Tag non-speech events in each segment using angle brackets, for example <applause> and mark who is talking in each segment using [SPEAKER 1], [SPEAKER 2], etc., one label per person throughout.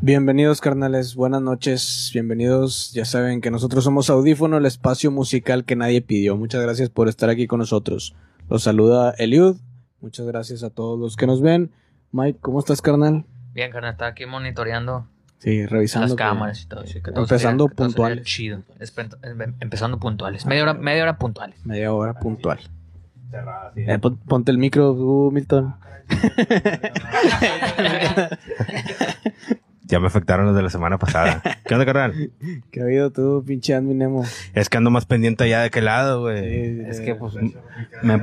[SPEAKER 1] Bienvenidos carnales, buenas noches, bienvenidos. Ya saben que nosotros somos Audífono, el espacio musical que nadie pidió. Muchas gracias por estar aquí con nosotros. Los saluda Eliud, muchas gracias a todos los que nos ven. Mike, ¿cómo estás carnal?
[SPEAKER 2] Bien, carnal, estaba aquí monitoreando
[SPEAKER 1] Sí, revisando.
[SPEAKER 2] las
[SPEAKER 1] que-
[SPEAKER 2] cámaras y todo. sí, que todo
[SPEAKER 1] Empezando
[SPEAKER 2] sería- que todo sería
[SPEAKER 1] puntuales. Ah.
[SPEAKER 2] Chido. Espe- em- Empezando puntuales. Media hora, media
[SPEAKER 1] <laughs>
[SPEAKER 2] hora puntuales.
[SPEAKER 1] Media hora puntual. Eh, pon- ponte el micro, tú, Milton.
[SPEAKER 3] Ya me afectaron los de la semana pasada. ¿Qué onda, carnal?
[SPEAKER 1] ¿Qué ha habido tú, pinche admin Nemo?
[SPEAKER 3] Es que ando más pendiente allá de qué lado, <laughs> güey.
[SPEAKER 1] Eh,
[SPEAKER 4] Es
[SPEAKER 1] eh,
[SPEAKER 4] que pues
[SPEAKER 3] Me-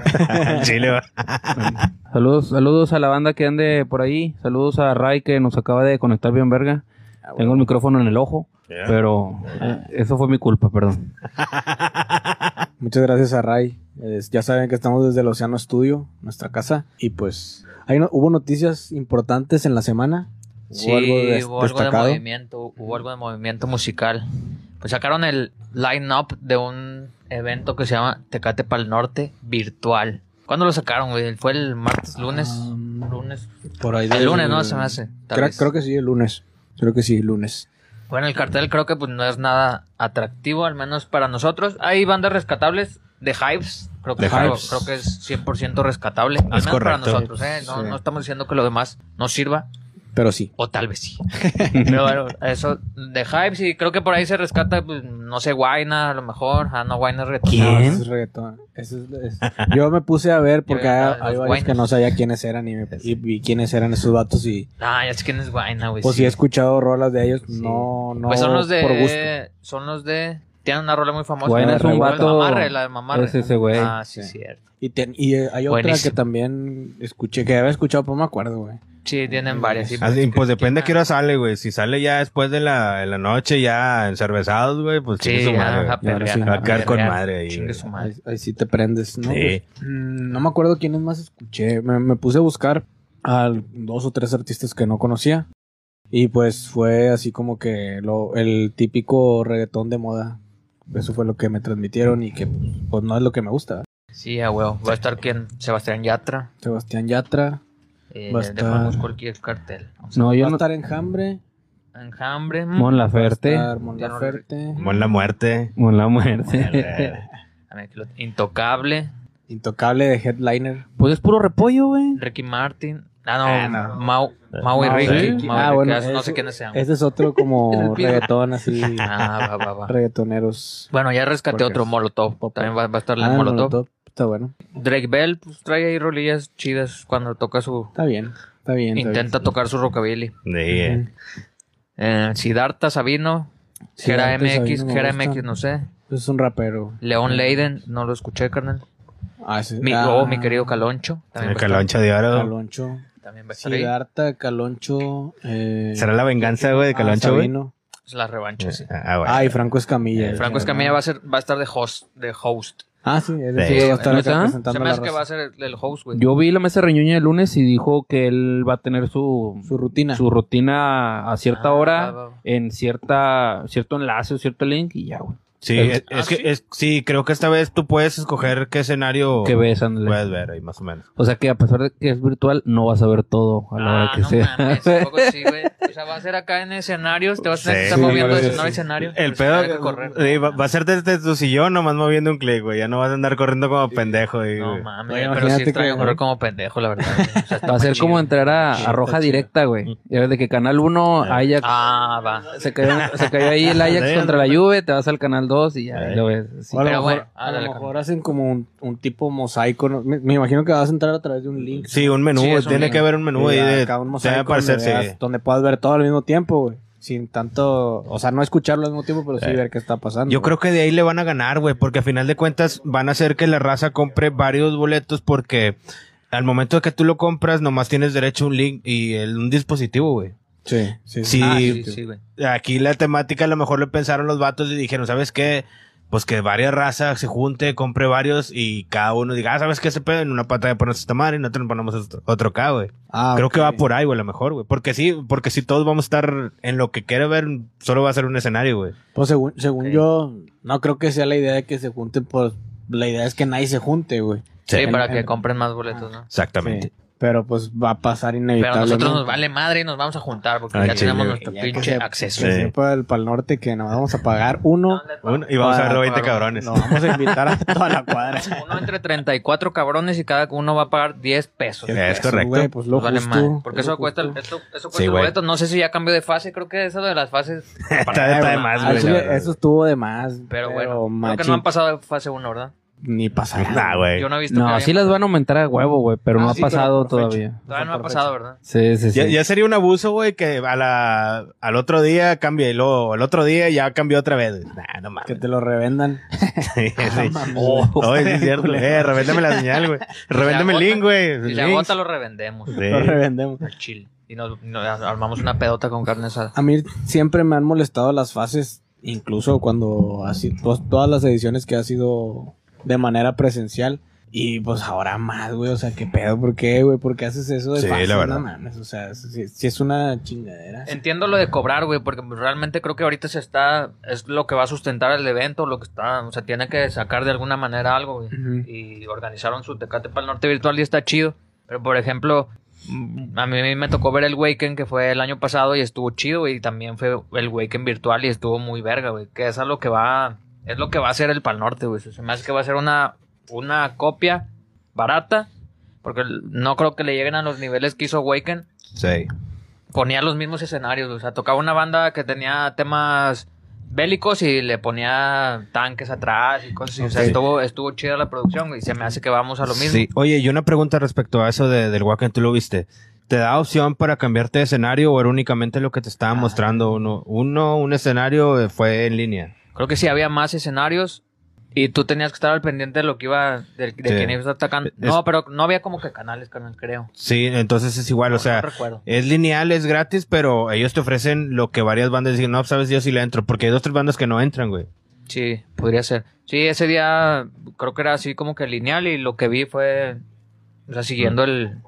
[SPEAKER 3] Chile, va.
[SPEAKER 4] <laughs> saludos, saludos a la banda que ande por ahí, saludos a Ray que nos acaba de conectar bien verga.
[SPEAKER 1] ah,
[SPEAKER 4] Tengo
[SPEAKER 1] bueno.
[SPEAKER 4] el micrófono en el ojo,
[SPEAKER 3] Ya.
[SPEAKER 4] pero eh, eso fue mi culpa, perdón.
[SPEAKER 1] Muchas gracias a Ray. Eh, ya saben que estamos desde el Océano Estudio, nuestra casa. Y pues, ahí no- hubo noticias importantes en la semana. Hubo
[SPEAKER 2] Sí,
[SPEAKER 1] algo des-
[SPEAKER 2] hubo algo de
[SPEAKER 1] destacado.
[SPEAKER 2] movimiento, hubo algo de movimiento musical. Pues sacaron el line-up de un evento que se llama Tecate Pal Norte Virtual. ¿Cuándo lo sacaron, güey? ¿Fue el martes, lunes?
[SPEAKER 1] Um,
[SPEAKER 2] lunes.
[SPEAKER 1] por ahí
[SPEAKER 2] El
[SPEAKER 1] del-
[SPEAKER 2] lunes, ¿no? Se me hace, tal
[SPEAKER 1] Creo,
[SPEAKER 2] vez.
[SPEAKER 1] creo que sí, el lunes. Creo que sí, el lunes.
[SPEAKER 2] Bueno, el cartel creo que pues no es nada atractivo, al menos para nosotros. Hay bandas rescatables de Hives, creo que,
[SPEAKER 3] De
[SPEAKER 2] es algo-
[SPEAKER 3] Hives.
[SPEAKER 2] creo que es 100% rescatable, al
[SPEAKER 3] Es
[SPEAKER 2] menos para
[SPEAKER 3] correcto.
[SPEAKER 2] nosotros. ¿eh? No,
[SPEAKER 1] Sí.
[SPEAKER 2] no estamos diciendo que lo demás no sirva,
[SPEAKER 1] Pero sí.
[SPEAKER 2] o tal vez sí. Pero bueno, eso de Hives y creo que por ahí se rescata, pues, no sé, Guayna a lo mejor. Ah, no, Guayna es retornado.
[SPEAKER 1] No, ese es reggaetón. Ese es- <laughs> es- Yo me puse a ver porque
[SPEAKER 2] Yo
[SPEAKER 1] hay,
[SPEAKER 2] era de
[SPEAKER 1] hay
[SPEAKER 2] los
[SPEAKER 1] varios que
[SPEAKER 2] buenos.
[SPEAKER 1] no sabía quiénes eran y, me- y vi quiénes eran esos vatos. Y
[SPEAKER 2] Ah, ya sé quién es Guayna, güey.
[SPEAKER 1] pues sí
[SPEAKER 2] sí.
[SPEAKER 1] he escuchado rolas de ellos.
[SPEAKER 2] Sí.
[SPEAKER 1] No, no.
[SPEAKER 2] Pues son los
[SPEAKER 1] Por gusto.
[SPEAKER 2] de... Son los de... Tienen una rola muy famosa.
[SPEAKER 4] Guayna
[SPEAKER 2] ¿no?
[SPEAKER 1] es un
[SPEAKER 2] La del
[SPEAKER 4] vato-
[SPEAKER 2] Mamarre, la de Mamarre.
[SPEAKER 4] es ese güey.
[SPEAKER 2] Ah, sí,
[SPEAKER 1] Sí.
[SPEAKER 2] cierto.
[SPEAKER 1] Y, ten- y, eh, hay otra
[SPEAKER 2] Buenísimo.
[SPEAKER 1] que también escuché, que había escuchado, pero no me acuerdo, güey.
[SPEAKER 2] Sí, tienen varias. sí,
[SPEAKER 3] Así,
[SPEAKER 2] porque-
[SPEAKER 3] pues depende a qué hora sale, güey. Si sale ya después de la, de la noche, ya encervezados, güey, pues
[SPEAKER 2] Sí,
[SPEAKER 3] chingue su madre,
[SPEAKER 2] ajá,
[SPEAKER 3] güey.
[SPEAKER 1] Y ahora
[SPEAKER 2] perrear,
[SPEAKER 1] sí.
[SPEAKER 2] ajá,
[SPEAKER 3] Va a quedar con
[SPEAKER 2] perrear,
[SPEAKER 3] madre ahí,
[SPEAKER 2] chingue
[SPEAKER 3] güey.
[SPEAKER 2] su
[SPEAKER 1] Ahí,
[SPEAKER 2] madre.
[SPEAKER 1] ahí sí te prendes, ¿no?
[SPEAKER 3] Sí.
[SPEAKER 1] Pues, mm, no me acuerdo quiénes más escuché. Me, me puse a buscar a dos o tres artistas que no conocía. Y pues fue así como que lo, el típico reggaetón de moda. Eso fue lo que me transmitieron y que pues no es lo que me gusta.
[SPEAKER 2] Sí, a huevo. Va a estar quien Sebastián Yatra.
[SPEAKER 1] Sebastián Yatra.
[SPEAKER 2] Eh,
[SPEAKER 1] Va a estar-
[SPEAKER 2] Dejamos cualquier cartel. Vamos a-
[SPEAKER 4] No,
[SPEAKER 1] Va
[SPEAKER 4] yo
[SPEAKER 1] a
[SPEAKER 4] no
[SPEAKER 1] estar Enjambre.
[SPEAKER 2] Enjambre. mm.
[SPEAKER 4] Mon Laferte,
[SPEAKER 1] Estar Mon Laferte.
[SPEAKER 3] Como en la muerte.
[SPEAKER 4] Mon la muerte.
[SPEAKER 3] Eh,
[SPEAKER 2] A ver, aquí lo- Intocable.
[SPEAKER 1] Intocable de Headliner.
[SPEAKER 4] <laughs> Pues es puro repollo, güey.
[SPEAKER 2] Ricky Martin. Ah, no.
[SPEAKER 3] Ah, no.
[SPEAKER 2] Mau, Mau y
[SPEAKER 1] Mau y
[SPEAKER 2] Ricky.
[SPEAKER 1] Ricky.
[SPEAKER 2] Mau y
[SPEAKER 1] Ah,
[SPEAKER 2] Ricky,
[SPEAKER 1] bueno,
[SPEAKER 2] ah, no
[SPEAKER 1] eso-
[SPEAKER 2] sé quiénes sean.
[SPEAKER 1] Ese es otro
[SPEAKER 2] <laughs>
[SPEAKER 1] como reggaetón así.
[SPEAKER 2] Ah, va, va,
[SPEAKER 1] <laughs>
[SPEAKER 2] va.
[SPEAKER 1] Reggaetoneros.
[SPEAKER 2] Bueno, ya rescaté
[SPEAKER 1] Porque
[SPEAKER 2] otro
[SPEAKER 1] es
[SPEAKER 2] Molotov.
[SPEAKER 1] pop.
[SPEAKER 2] También va, va a estar la
[SPEAKER 1] Ah,
[SPEAKER 2] Molotov.
[SPEAKER 1] Molotov. Está bueno.
[SPEAKER 2] Drake Bell pues, trae ahí rolillas chidas cuando toca su.
[SPEAKER 1] Está bien. Está bien. está
[SPEAKER 2] Intenta tocar su rockabilly.
[SPEAKER 3] sí.
[SPEAKER 1] bien. Mm,
[SPEAKER 2] Eh, Siddhartha Sabino. Gera
[SPEAKER 1] Siddhartha
[SPEAKER 2] MX.
[SPEAKER 1] Sabino me
[SPEAKER 2] Gera
[SPEAKER 1] gusta.
[SPEAKER 2] MX, no sé.
[SPEAKER 1] pues Es un rapero.
[SPEAKER 2] León Leiden, no lo escuché, carnal.
[SPEAKER 1] Ah, ese-
[SPEAKER 2] Mi,
[SPEAKER 1] ah,
[SPEAKER 2] oh, mi querido Caloncho. También pues,
[SPEAKER 3] El
[SPEAKER 2] va a estar-
[SPEAKER 3] caloncho de oro.
[SPEAKER 1] Caloncho.
[SPEAKER 2] También va a estar ahí.
[SPEAKER 1] Siddhartha, Caloncho. Eh,
[SPEAKER 3] ¿Será la venganza, güey, de
[SPEAKER 1] ah,
[SPEAKER 3] caloncho, güey?
[SPEAKER 1] Sabino.
[SPEAKER 2] Es la revancha, sí.
[SPEAKER 3] Ah, bueno.
[SPEAKER 1] Ah, y Franco Escamilla.
[SPEAKER 3] Eh,
[SPEAKER 1] el
[SPEAKER 2] Franco Escamilla va a, ser, va a estar de host. De host.
[SPEAKER 1] Ah, sí, él
[SPEAKER 3] Sí.
[SPEAKER 1] sí va a estar acá
[SPEAKER 4] ¿No está?
[SPEAKER 1] presentando
[SPEAKER 2] Se me
[SPEAKER 1] la
[SPEAKER 2] hace que
[SPEAKER 1] raza.
[SPEAKER 2] va a ser el, el host, güey.
[SPEAKER 4] Yo vi la mesa de reunión el lunes y dijo que él va a tener su,
[SPEAKER 1] Su rutina.
[SPEAKER 4] su rutina a cierta
[SPEAKER 2] Ah,
[SPEAKER 4] hora,
[SPEAKER 2] va, va.
[SPEAKER 4] en cierta cierto enlace o cierto link y ya, güey.
[SPEAKER 3] Sí,
[SPEAKER 4] Eh,
[SPEAKER 3] es,
[SPEAKER 2] ah,
[SPEAKER 3] es que
[SPEAKER 2] sí.
[SPEAKER 3] es- sí, creo que esta vez tú puedes escoger qué escenario
[SPEAKER 4] Que ves, ándale.
[SPEAKER 3] puedes ver ahí, más o menos.
[SPEAKER 4] O sea que a pesar de que es virtual, no vas a ver todo a la hora
[SPEAKER 2] Ah,
[SPEAKER 4] que
[SPEAKER 2] no
[SPEAKER 4] sea.
[SPEAKER 2] mames, tampoco sí, güey. O sea, va a ser acá en escenarios, te vas a tener que
[SPEAKER 3] Sí.
[SPEAKER 2] estar moviendo de
[SPEAKER 1] Sí,
[SPEAKER 2] escenario a
[SPEAKER 1] sí.
[SPEAKER 2] escenario. <laughs>
[SPEAKER 3] El
[SPEAKER 2] Vas a tener
[SPEAKER 3] pedo
[SPEAKER 2] Pues, que correr.
[SPEAKER 3] eh, va, va a ser desde tu sillón, nomás moviendo un clic, güey. Ya no vas a andar corriendo como pendejo. ahí,
[SPEAKER 2] No
[SPEAKER 3] güey.
[SPEAKER 2] mames,
[SPEAKER 1] Oye,
[SPEAKER 2] pero sí
[SPEAKER 1] imagínate
[SPEAKER 2] está
[SPEAKER 1] que-
[SPEAKER 2] a correr como pendejo, la verdad. güey. O sea, está
[SPEAKER 4] <laughs> Va a
[SPEAKER 2] muy
[SPEAKER 4] ser
[SPEAKER 2] chido.
[SPEAKER 4] como entrar a, a Roja Directa, güey. Ya ves de que Canal 1, Ajax.
[SPEAKER 2] Ah, va.
[SPEAKER 4] Se cayó, se cayó ahí el Ajax
[SPEAKER 3] Ándale,
[SPEAKER 4] contra la
[SPEAKER 3] ándale.
[SPEAKER 4] Juve, te vas al Canal 2 y ya
[SPEAKER 3] Ahí.
[SPEAKER 4] ahí lo ves. Sí.
[SPEAKER 1] O a lo
[SPEAKER 2] Pero
[SPEAKER 1] mejor,
[SPEAKER 2] bueno,
[SPEAKER 1] a lo
[SPEAKER 2] ándale,
[SPEAKER 1] mejor
[SPEAKER 2] Carlos.
[SPEAKER 1] hacen como un, un tipo mosaico. ¿no? Me, me imagino que vas a entrar a través de un link.
[SPEAKER 3] Sí, un menú,
[SPEAKER 2] Sí,
[SPEAKER 3] güey.
[SPEAKER 2] es un
[SPEAKER 3] tiene
[SPEAKER 2] menú.
[SPEAKER 3] que haber un menú
[SPEAKER 1] Y
[SPEAKER 3] ahí de.
[SPEAKER 1] acá un
[SPEAKER 3] Debe
[SPEAKER 1] mosaico donde,
[SPEAKER 3] parecer,
[SPEAKER 1] veas-
[SPEAKER 3] sí.
[SPEAKER 1] donde puedas ver todo al mismo tiempo, güey. Sin tanto, o sea, no escucharlo al mismo tiempo, pero sí
[SPEAKER 3] Eh.
[SPEAKER 1] ver qué está pasando.
[SPEAKER 3] Yo
[SPEAKER 1] güey.
[SPEAKER 3] creo que de ahí le van a ganar, güey, porque a final de cuentas van a hacer que la raza compre varios boletos porque al momento de que tú lo compras nomás tienes derecho a un link y el- un dispositivo, güey.
[SPEAKER 1] Sí, sí.
[SPEAKER 3] Sí,
[SPEAKER 2] Ah, sí, sí, güey.
[SPEAKER 3] aquí la temática a lo mejor lo pensaron los vatos y dijeron, ¿sabes qué? Pues que varias razas se junte, compre varios y cada uno diga, ah, ¿sabes qué? Este pedo en una pata de pones esta madre y en otra le ponemos otro, otro acá, güey.
[SPEAKER 1] Ah,
[SPEAKER 3] Creo que va
[SPEAKER 1] ok.
[SPEAKER 3] por ahí, güey, a lo mejor, güey. Porque sí, porque si todos vamos a estar en lo que quiere ver, solo va a ser un escenario, güey.
[SPEAKER 1] Pues según, según
[SPEAKER 2] Ok.
[SPEAKER 1] yo, no creo que sea la idea de que se junten, pues la idea es que nadie se junte, güey.
[SPEAKER 2] Sí,
[SPEAKER 1] En-
[SPEAKER 2] para
[SPEAKER 1] en-
[SPEAKER 2] que compren más boletos, ¿no?
[SPEAKER 3] Exactamente.
[SPEAKER 1] Sí. Pero pues va a pasar
[SPEAKER 2] Pero a
[SPEAKER 1] inevitablemente.
[SPEAKER 2] nosotros nos vale madre y nos vamos a juntar porque
[SPEAKER 3] Ah,
[SPEAKER 2] ya
[SPEAKER 3] sí,
[SPEAKER 2] tenemos
[SPEAKER 3] güey.
[SPEAKER 2] nuestro
[SPEAKER 1] Ya que se-
[SPEAKER 2] pinche acceso.
[SPEAKER 1] Que
[SPEAKER 3] Sí.
[SPEAKER 1] sepa el Pal Norte que nos vamos a pagar uno.
[SPEAKER 3] Bueno, y vamos a
[SPEAKER 1] Para-
[SPEAKER 3] ver los 20
[SPEAKER 2] para-
[SPEAKER 3] cabrones.
[SPEAKER 1] Nos
[SPEAKER 3] <laughs>
[SPEAKER 1] vamos a invitar a toda la cuadra.
[SPEAKER 2] Uno entre 34 cabrones y cada uno va a pagar 10 pesos.
[SPEAKER 3] Es
[SPEAKER 1] Eso,
[SPEAKER 3] correcto.
[SPEAKER 1] güey, pues lo
[SPEAKER 2] Nos vale
[SPEAKER 1] justo.
[SPEAKER 2] madre, porque
[SPEAKER 1] lo
[SPEAKER 2] eso cuesta, el-
[SPEAKER 1] justo.
[SPEAKER 2] esto- eso cuesta
[SPEAKER 3] Sí,
[SPEAKER 2] el
[SPEAKER 3] güey.
[SPEAKER 2] boleto. No sé si ya cambió de fase. Creo que eso de las fases.
[SPEAKER 3] Está de- está de más,
[SPEAKER 1] Al
[SPEAKER 3] güey. la
[SPEAKER 1] chile,
[SPEAKER 3] verdad.
[SPEAKER 1] Ah, eso estuvo de más.
[SPEAKER 2] Pero bueno, creo que
[SPEAKER 1] machín,
[SPEAKER 2] no han pasado de fase 1, ¿verdad?
[SPEAKER 1] ni pasará.
[SPEAKER 3] <laughs> Nah, güey.
[SPEAKER 2] Yo no he visto que
[SPEAKER 4] No,
[SPEAKER 2] hayan
[SPEAKER 4] sí las
[SPEAKER 2] pasado.
[SPEAKER 4] van a aumentar a huevo, güey, pero no
[SPEAKER 1] Ah,
[SPEAKER 4] ha
[SPEAKER 1] sí, pero
[SPEAKER 4] pasado
[SPEAKER 1] por fecha.
[SPEAKER 4] todavía.
[SPEAKER 2] Todavía no
[SPEAKER 1] Por
[SPEAKER 2] ha pasado, ¿verdad?
[SPEAKER 4] Sí, sí, sí.
[SPEAKER 3] Ya, ya sería un abuso, güey, que a la, al otro día cambie y luego al otro día ya cambió otra vez. güey. Nah,
[SPEAKER 1] Que
[SPEAKER 3] no mames.
[SPEAKER 1] te lo revendan. <laughs>
[SPEAKER 2] <laughs>
[SPEAKER 3] Sí,
[SPEAKER 2] Ah,
[SPEAKER 3] sí.
[SPEAKER 1] mames.
[SPEAKER 3] Oh, oh, sí es cierto.
[SPEAKER 1] Culero.
[SPEAKER 3] Eh, revéndame la señal, güey. Revéndame el
[SPEAKER 2] agota.
[SPEAKER 3] link, güey.
[SPEAKER 2] Si
[SPEAKER 3] El
[SPEAKER 2] la
[SPEAKER 3] link.
[SPEAKER 2] agota, lo revendemos.
[SPEAKER 3] Sí.
[SPEAKER 1] Lo revendemos.
[SPEAKER 2] Al chile. Y nos, nos armamos una pedota con carne asada.
[SPEAKER 1] A mí siempre me han molestado las fases, incluso cuando así to- todas las ediciones que ha sido de manera presencial. Y pues ahora más, güey, o sea, qué pedo, ¿por qué, güey? ¿Por qué haces eso de
[SPEAKER 3] Sí,
[SPEAKER 1] fases?
[SPEAKER 3] la verdad.
[SPEAKER 1] No mames, o sea, si, si es una chingadera.
[SPEAKER 2] Entiendo lo de cobrar, güey, porque realmente creo que ahorita se está. Es lo que va a sustentar el evento, lo que está. O sea, tiene que sacar de alguna manera algo, güey.
[SPEAKER 1] Ujú.
[SPEAKER 2] Y organizaron su Tecate para el Norte Virtual y está chido. Pero, por ejemplo, mm, a mí me tocó ver el Waken que fue el año pasado y estuvo chido, güey. Y también fue el Waken virtual y estuvo muy verga, güey. Que es a lo que va. Es lo que va a hacer el Pal Norte, güey. Se me hace que va a ser una, una copia barata. Porque no creo que le lleguen a los niveles que hizo Waken
[SPEAKER 3] Sí.
[SPEAKER 2] ponía los mismos escenarios. O sea, tocaba una banda que tenía temas bélicos y le ponía tanques atrás y cosas así. O sea,
[SPEAKER 3] Ok.
[SPEAKER 2] estuvo, estuvo chida la producción y se me hace que vamos a lo mismo.
[SPEAKER 3] Sí. Oye, y una pregunta respecto a eso de, del Wacken, tú lo viste. ¿Te da opción para cambiarte de escenario o era únicamente lo que te
[SPEAKER 2] Ah.
[SPEAKER 3] estaba mostrando uno? Uno, un escenario eh, fue en línea.
[SPEAKER 2] Creo que sí había más escenarios y tú tenías que estar al pendiente de lo que iba, de, de
[SPEAKER 3] Sí.
[SPEAKER 2] quién iba atacando.
[SPEAKER 3] Es-
[SPEAKER 2] No, pero no había como que canales, carnal, creo.
[SPEAKER 3] Sí, entonces es igual,
[SPEAKER 2] No,
[SPEAKER 3] o sea,
[SPEAKER 2] no recuerdo.
[SPEAKER 3] Es lineal, es gratis, pero ellos te ofrecen lo que varias bandas dicen, no, sabes, yo sí le entro, porque hay dos, tres bandas que no entran, güey.
[SPEAKER 2] Sí, podría ser. Sí, ese día creo que era así como que lineal y lo que vi fue, o sea, siguiendo el,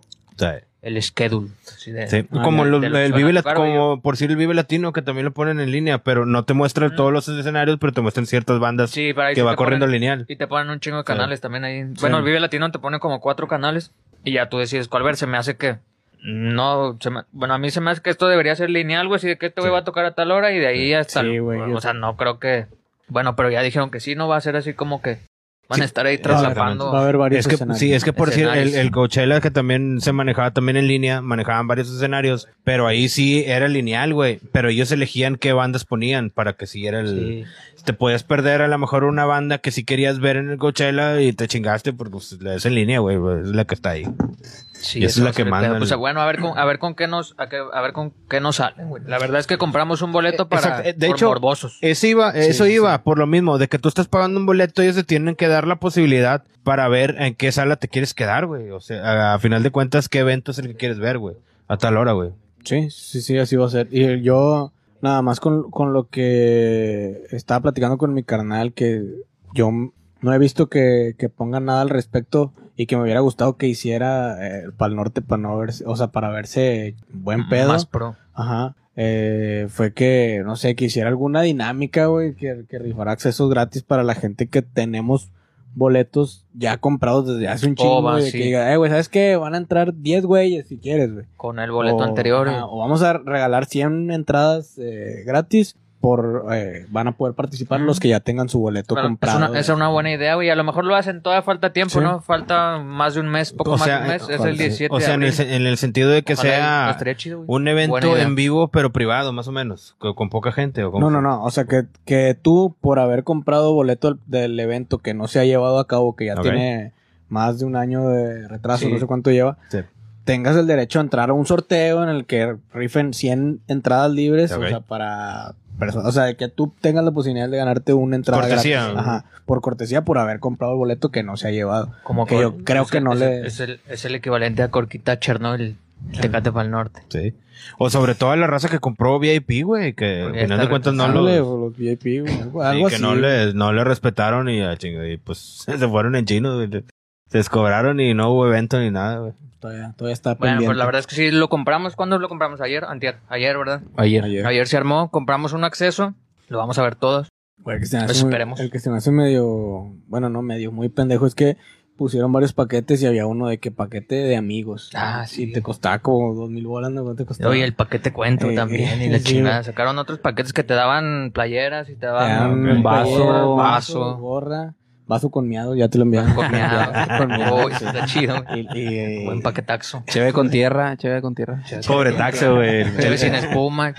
[SPEAKER 2] el schedule. así de-
[SPEAKER 3] Mm. Sí.
[SPEAKER 1] Ah,
[SPEAKER 2] Este,
[SPEAKER 3] como
[SPEAKER 2] de-
[SPEAKER 3] lo-
[SPEAKER 2] de los
[SPEAKER 3] el
[SPEAKER 2] que
[SPEAKER 3] Vive
[SPEAKER 2] van a
[SPEAKER 3] Lat-
[SPEAKER 2] tocar,
[SPEAKER 3] como por si el Vive Latino, que también lo ponen en línea, pero no te muestra todos los escenarios, pero te muestran ciertas bandas
[SPEAKER 2] Sí, para ahí
[SPEAKER 3] que
[SPEAKER 2] sí
[SPEAKER 3] va
[SPEAKER 2] te
[SPEAKER 3] corriendo
[SPEAKER 2] ponen-
[SPEAKER 3] lineal.
[SPEAKER 2] Y te ponen un chingo de canales también ahí. Bueno, el Vive Latino te pone como cuatro canales y ya tú decides cuál ver. Se me hace que. No, se me- bueno, a mí se me hace que esto debería ser lineal, güey. Así de que este güey va a tocar a tal hora y de ahí hasta.
[SPEAKER 1] Sí,
[SPEAKER 2] el-
[SPEAKER 1] güey, yo-
[SPEAKER 2] o sea, no creo que. Bueno, pero ya dijeron que sí, no va a ser así como que. Van a estar ahí
[SPEAKER 1] Va a
[SPEAKER 2] traslapando.
[SPEAKER 1] haber varios
[SPEAKER 3] Es que,
[SPEAKER 1] escenarios.
[SPEAKER 3] sí, es que por decir, el,
[SPEAKER 2] Escenarios.
[SPEAKER 3] el Coachella, que también se manejaba también en línea, manejaban varios escenarios, pero ahí sí era lineal, güey, pero ellos elegían qué bandas ponían para que siguiera el...
[SPEAKER 2] Sí.
[SPEAKER 3] te podías perder a lo mejor una banda que sí querías ver en el Coachella y te chingaste porque pues, es en línea, güey, güey, es la que está ahí.
[SPEAKER 2] Sí,
[SPEAKER 3] Y esa es
[SPEAKER 2] eso
[SPEAKER 3] la
[SPEAKER 2] va a
[SPEAKER 3] que
[SPEAKER 2] ser el
[SPEAKER 3] manda
[SPEAKER 2] pedo. Pues
[SPEAKER 3] el-
[SPEAKER 2] bueno, a ver con, a ver con qué nos, a, qué- a ver con qué nos salen, güey. La verdad es que compramos un boleto para
[SPEAKER 3] Exacto, eh, de
[SPEAKER 2] por
[SPEAKER 3] hecho,
[SPEAKER 2] morbosos.
[SPEAKER 3] Eso iba, eso iba por lo mismo, de que tú estás pagando un boleto, ellos te tienen que dar la posibilidad para ver en qué sala te quieres quedar, güey. O sea, a, a final de cuentas, qué evento es el que quieres ver, güey. A tal hora, güey.
[SPEAKER 1] Sí, sí, sí, así va a ser. Y yo, nada más con, con lo que estaba platicando con mi carnal, que yo m- no he visto que, que pongan nada al respecto y que me hubiera gustado que hiciera para el norte para no verse, o sea, para verse buen pedo.
[SPEAKER 2] Mm, Más pro.
[SPEAKER 1] Ajá. Eh, fue que, no sé, que hiciera alguna dinámica, güey, que, que rifara accesos gratis para la gente que tenemos boletos ya comprados desde hace un chingo,
[SPEAKER 2] Oh, va,
[SPEAKER 1] güey, de
[SPEAKER 2] sí.
[SPEAKER 1] que diga, eh, güey, ¿sabes qué? Van a entrar 10 güeyes si quieres, güey.
[SPEAKER 2] Con el boleto
[SPEAKER 1] O-
[SPEAKER 2] anterior.
[SPEAKER 1] ajá, o vamos a regalar 100 entradas eh, gratis por eh, van a poder participar
[SPEAKER 2] Ujú.
[SPEAKER 1] los que ya tengan su boleto
[SPEAKER 2] Bueno,
[SPEAKER 1] comprado.
[SPEAKER 2] Es una, es una buena idea, güey. A lo mejor lo hacen todavía falta tiempo,
[SPEAKER 1] Sí.
[SPEAKER 2] ¿no? Falta más de un mes, poco
[SPEAKER 3] O
[SPEAKER 2] más
[SPEAKER 3] sea,
[SPEAKER 2] de un mes. Es
[SPEAKER 1] ojalá,
[SPEAKER 2] el
[SPEAKER 1] sí.
[SPEAKER 2] 17
[SPEAKER 3] O sea,
[SPEAKER 2] de
[SPEAKER 3] en el,
[SPEAKER 2] abril.
[SPEAKER 3] se- en el sentido de que
[SPEAKER 2] Ojalá y-
[SPEAKER 3] sea
[SPEAKER 2] estaría chido, güey.
[SPEAKER 3] un
[SPEAKER 2] Buena
[SPEAKER 3] evento
[SPEAKER 2] idea.
[SPEAKER 3] en vivo, pero privado, más o menos, co- con, poca gente. O con-
[SPEAKER 1] no, no, no. O sea, que, que tú, por haber comprado boleto del, del evento que no se ha llevado a cabo, que ya
[SPEAKER 3] Ok.
[SPEAKER 1] tiene más de un año de retraso,
[SPEAKER 2] Sí.
[SPEAKER 1] no sé cuánto lleva,
[SPEAKER 3] Sí.
[SPEAKER 1] tengas el derecho a entrar a un sorteo en el que rifen 100 entradas libres,
[SPEAKER 3] Ok.
[SPEAKER 1] o sea, para personas. O sea, que tú tengas la posibilidad de ganarte una entrada
[SPEAKER 3] Cortesía,
[SPEAKER 1] gratis.
[SPEAKER 3] ¿no?
[SPEAKER 1] Ajá, por cortesía, por haber comprado el boleto que no se ha llevado.
[SPEAKER 2] Como
[SPEAKER 1] que
[SPEAKER 2] cor-
[SPEAKER 1] yo creo
[SPEAKER 2] es
[SPEAKER 1] que
[SPEAKER 2] el-
[SPEAKER 1] no
[SPEAKER 2] es
[SPEAKER 1] le-
[SPEAKER 2] el- Es el, es el equivalente a Corquita Chernobyl. Tecate para el norte.
[SPEAKER 3] Sí. O sobre todo a la raza que compró VIP, güey, que al
[SPEAKER 2] Porque
[SPEAKER 3] final
[SPEAKER 2] está
[SPEAKER 3] de cuentas no
[SPEAKER 1] No,
[SPEAKER 2] rechazable,
[SPEAKER 3] lo...
[SPEAKER 1] los VIP, güey, algo,
[SPEAKER 3] Y
[SPEAKER 1] algo
[SPEAKER 3] que
[SPEAKER 1] así.
[SPEAKER 3] no le, no le respetaron y, ah, chinga, y, pues <laughs> se fueron en chino. güey. Se descobraron y no hubo evento ni nada, güey.
[SPEAKER 1] Todavía, todavía está
[SPEAKER 2] Bueno,
[SPEAKER 1] pendiente.
[SPEAKER 2] pues la verdad es que sí lo compramos. ¿Cuándo lo compramos? Ayer, antier. Ayer, ¿verdad?
[SPEAKER 4] Ayer.
[SPEAKER 1] Ayer.
[SPEAKER 2] Ayer se armó. Compramos un acceso. Lo vamos a ver todos.
[SPEAKER 1] Güey, que se me
[SPEAKER 2] Pues
[SPEAKER 1] hace muy-
[SPEAKER 2] esperemos.
[SPEAKER 1] el que se me hace medio, bueno, no medio, muy pendejo es que pusieron varios paquetes y había uno de que paquete de amigos.
[SPEAKER 2] Ah,
[SPEAKER 1] Y
[SPEAKER 2] sí.
[SPEAKER 1] te costaba como dos mil bolas, ¿no? ¿Cuánto te costaba?
[SPEAKER 2] Oye, el paquete cuento
[SPEAKER 1] Eh,
[SPEAKER 2] también y la
[SPEAKER 1] sí.
[SPEAKER 2] chingada. Sacaron otros paquetes que te daban playeras y te
[SPEAKER 1] Ah,
[SPEAKER 2] daban
[SPEAKER 4] un
[SPEAKER 2] gorra,
[SPEAKER 4] vaso,
[SPEAKER 2] vaso.
[SPEAKER 1] gorra, vaso con miado, <laughs> ya te lo enviaron.
[SPEAKER 2] Con miado.
[SPEAKER 1] Con miado,
[SPEAKER 2] Oh,
[SPEAKER 1] sí.
[SPEAKER 2] eso está chido. güey.
[SPEAKER 1] Y- y, eh,
[SPEAKER 2] Buen paquetaxo.
[SPEAKER 4] Cheve con tierra, cheve con tierra.
[SPEAKER 3] Pobre
[SPEAKER 2] <laughs>
[SPEAKER 3] taxo, güey. El,
[SPEAKER 1] <laughs>
[SPEAKER 2] Cheve sin espuma.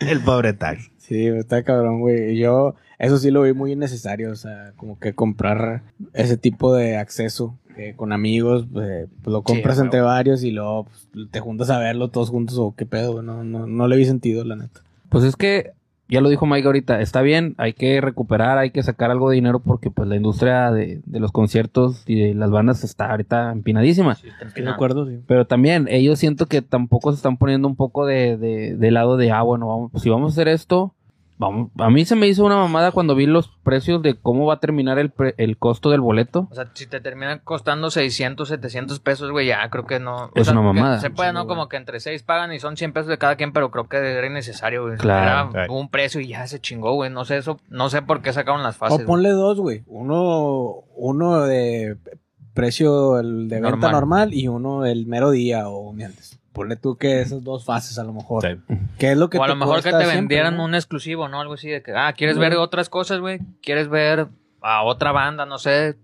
[SPEAKER 3] el pobre taxo.
[SPEAKER 1] Sí, está cabrón, güey. Y Yo, eso sí lo vi muy innecesario, o sea, como que comprar ese tipo de acceso eh, con amigos, eh, pues lo compras
[SPEAKER 2] Sí,
[SPEAKER 1] entre varios y luego pues, te juntas a verlo todos juntos o qué pedo, güey. no, no, no le vi sentido, la neta.
[SPEAKER 4] Pues es que, ya lo dijo Mike ahorita, está bien, hay que recuperar, hay que sacar algo de dinero porque pues la industria de, de los conciertos y de las bandas está ahorita empinadísima.
[SPEAKER 2] Sí, está
[SPEAKER 1] Estoy de
[SPEAKER 2] empinado.
[SPEAKER 1] acuerdo, sí.
[SPEAKER 4] Pero también ellos siento que tampoco se están poniendo un poco de, de, de lado de, ah, bueno, vamos, si vamos a hacer esto, vamos. A mí se me hizo una mamada cuando vi los precios de cómo va a terminar el, pre- el costo del boleto.
[SPEAKER 2] O sea, si te terminan costando 600, 700 pesos, güey, ya creo que no. o
[SPEAKER 4] Es
[SPEAKER 2] sea,
[SPEAKER 4] una
[SPEAKER 2] que
[SPEAKER 4] mamada.
[SPEAKER 2] Se puede, ¿no?
[SPEAKER 1] Sí,
[SPEAKER 2] Como que entre 6 pagan y son 100 pesos de cada quien, pero creo que era innecesario, güey.
[SPEAKER 4] Claro.
[SPEAKER 2] Era un precio y ya se chingó, güey. No sé eso, no sé por qué sacaron las fases.
[SPEAKER 1] O ponle dos, güey. Uno, uno de precio el de venta
[SPEAKER 2] Normal.
[SPEAKER 1] normal y uno el mero día o un día antes. Ponle tú que esas dos fases a lo mejor.
[SPEAKER 3] Sí.
[SPEAKER 1] Que es lo que
[SPEAKER 2] güey. o a
[SPEAKER 1] te
[SPEAKER 2] lo mejor que
[SPEAKER 1] cuesta
[SPEAKER 2] te
[SPEAKER 1] siempre,
[SPEAKER 2] vendieran
[SPEAKER 1] ¿no?
[SPEAKER 2] un exclusivo, ¿no? Algo así de que, ah, ¿quieres
[SPEAKER 1] No.
[SPEAKER 2] ver otras cosas, güey? ¿Quieres ver a otra banda? No sé,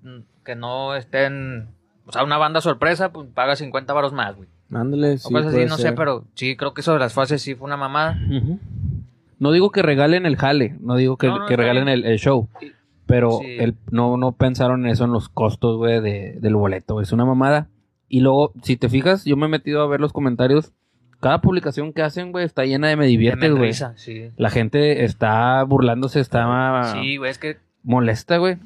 [SPEAKER 2] que no estén. O sea, una banda sorpresa, pues paga 50 varos más, güey.
[SPEAKER 1] Ándale,
[SPEAKER 2] O
[SPEAKER 1] sí,
[SPEAKER 2] cosas así,
[SPEAKER 1] puede
[SPEAKER 2] no sé,
[SPEAKER 1] ser.
[SPEAKER 2] pero sí, creo que eso de las fases sí fue una mamada.
[SPEAKER 4] No digo que regalen el jale, no digo que,
[SPEAKER 2] No, no,
[SPEAKER 4] que
[SPEAKER 2] está
[SPEAKER 4] regalen
[SPEAKER 2] bien.
[SPEAKER 4] el, el show. Pero
[SPEAKER 2] Sí.
[SPEAKER 4] el, no, no pensaron en eso, en los costos, güey, de- del boleto. Es una mamada. Y luego, si te fijas, yo me he metido a ver los comentarios. Cada publicación que hacen, güey, está llena de me
[SPEAKER 2] Me
[SPEAKER 4] diviertes, güey.
[SPEAKER 2] risa, sí.
[SPEAKER 4] La gente está burlándose, está
[SPEAKER 2] Sí, güey, es que
[SPEAKER 4] molesta, güey.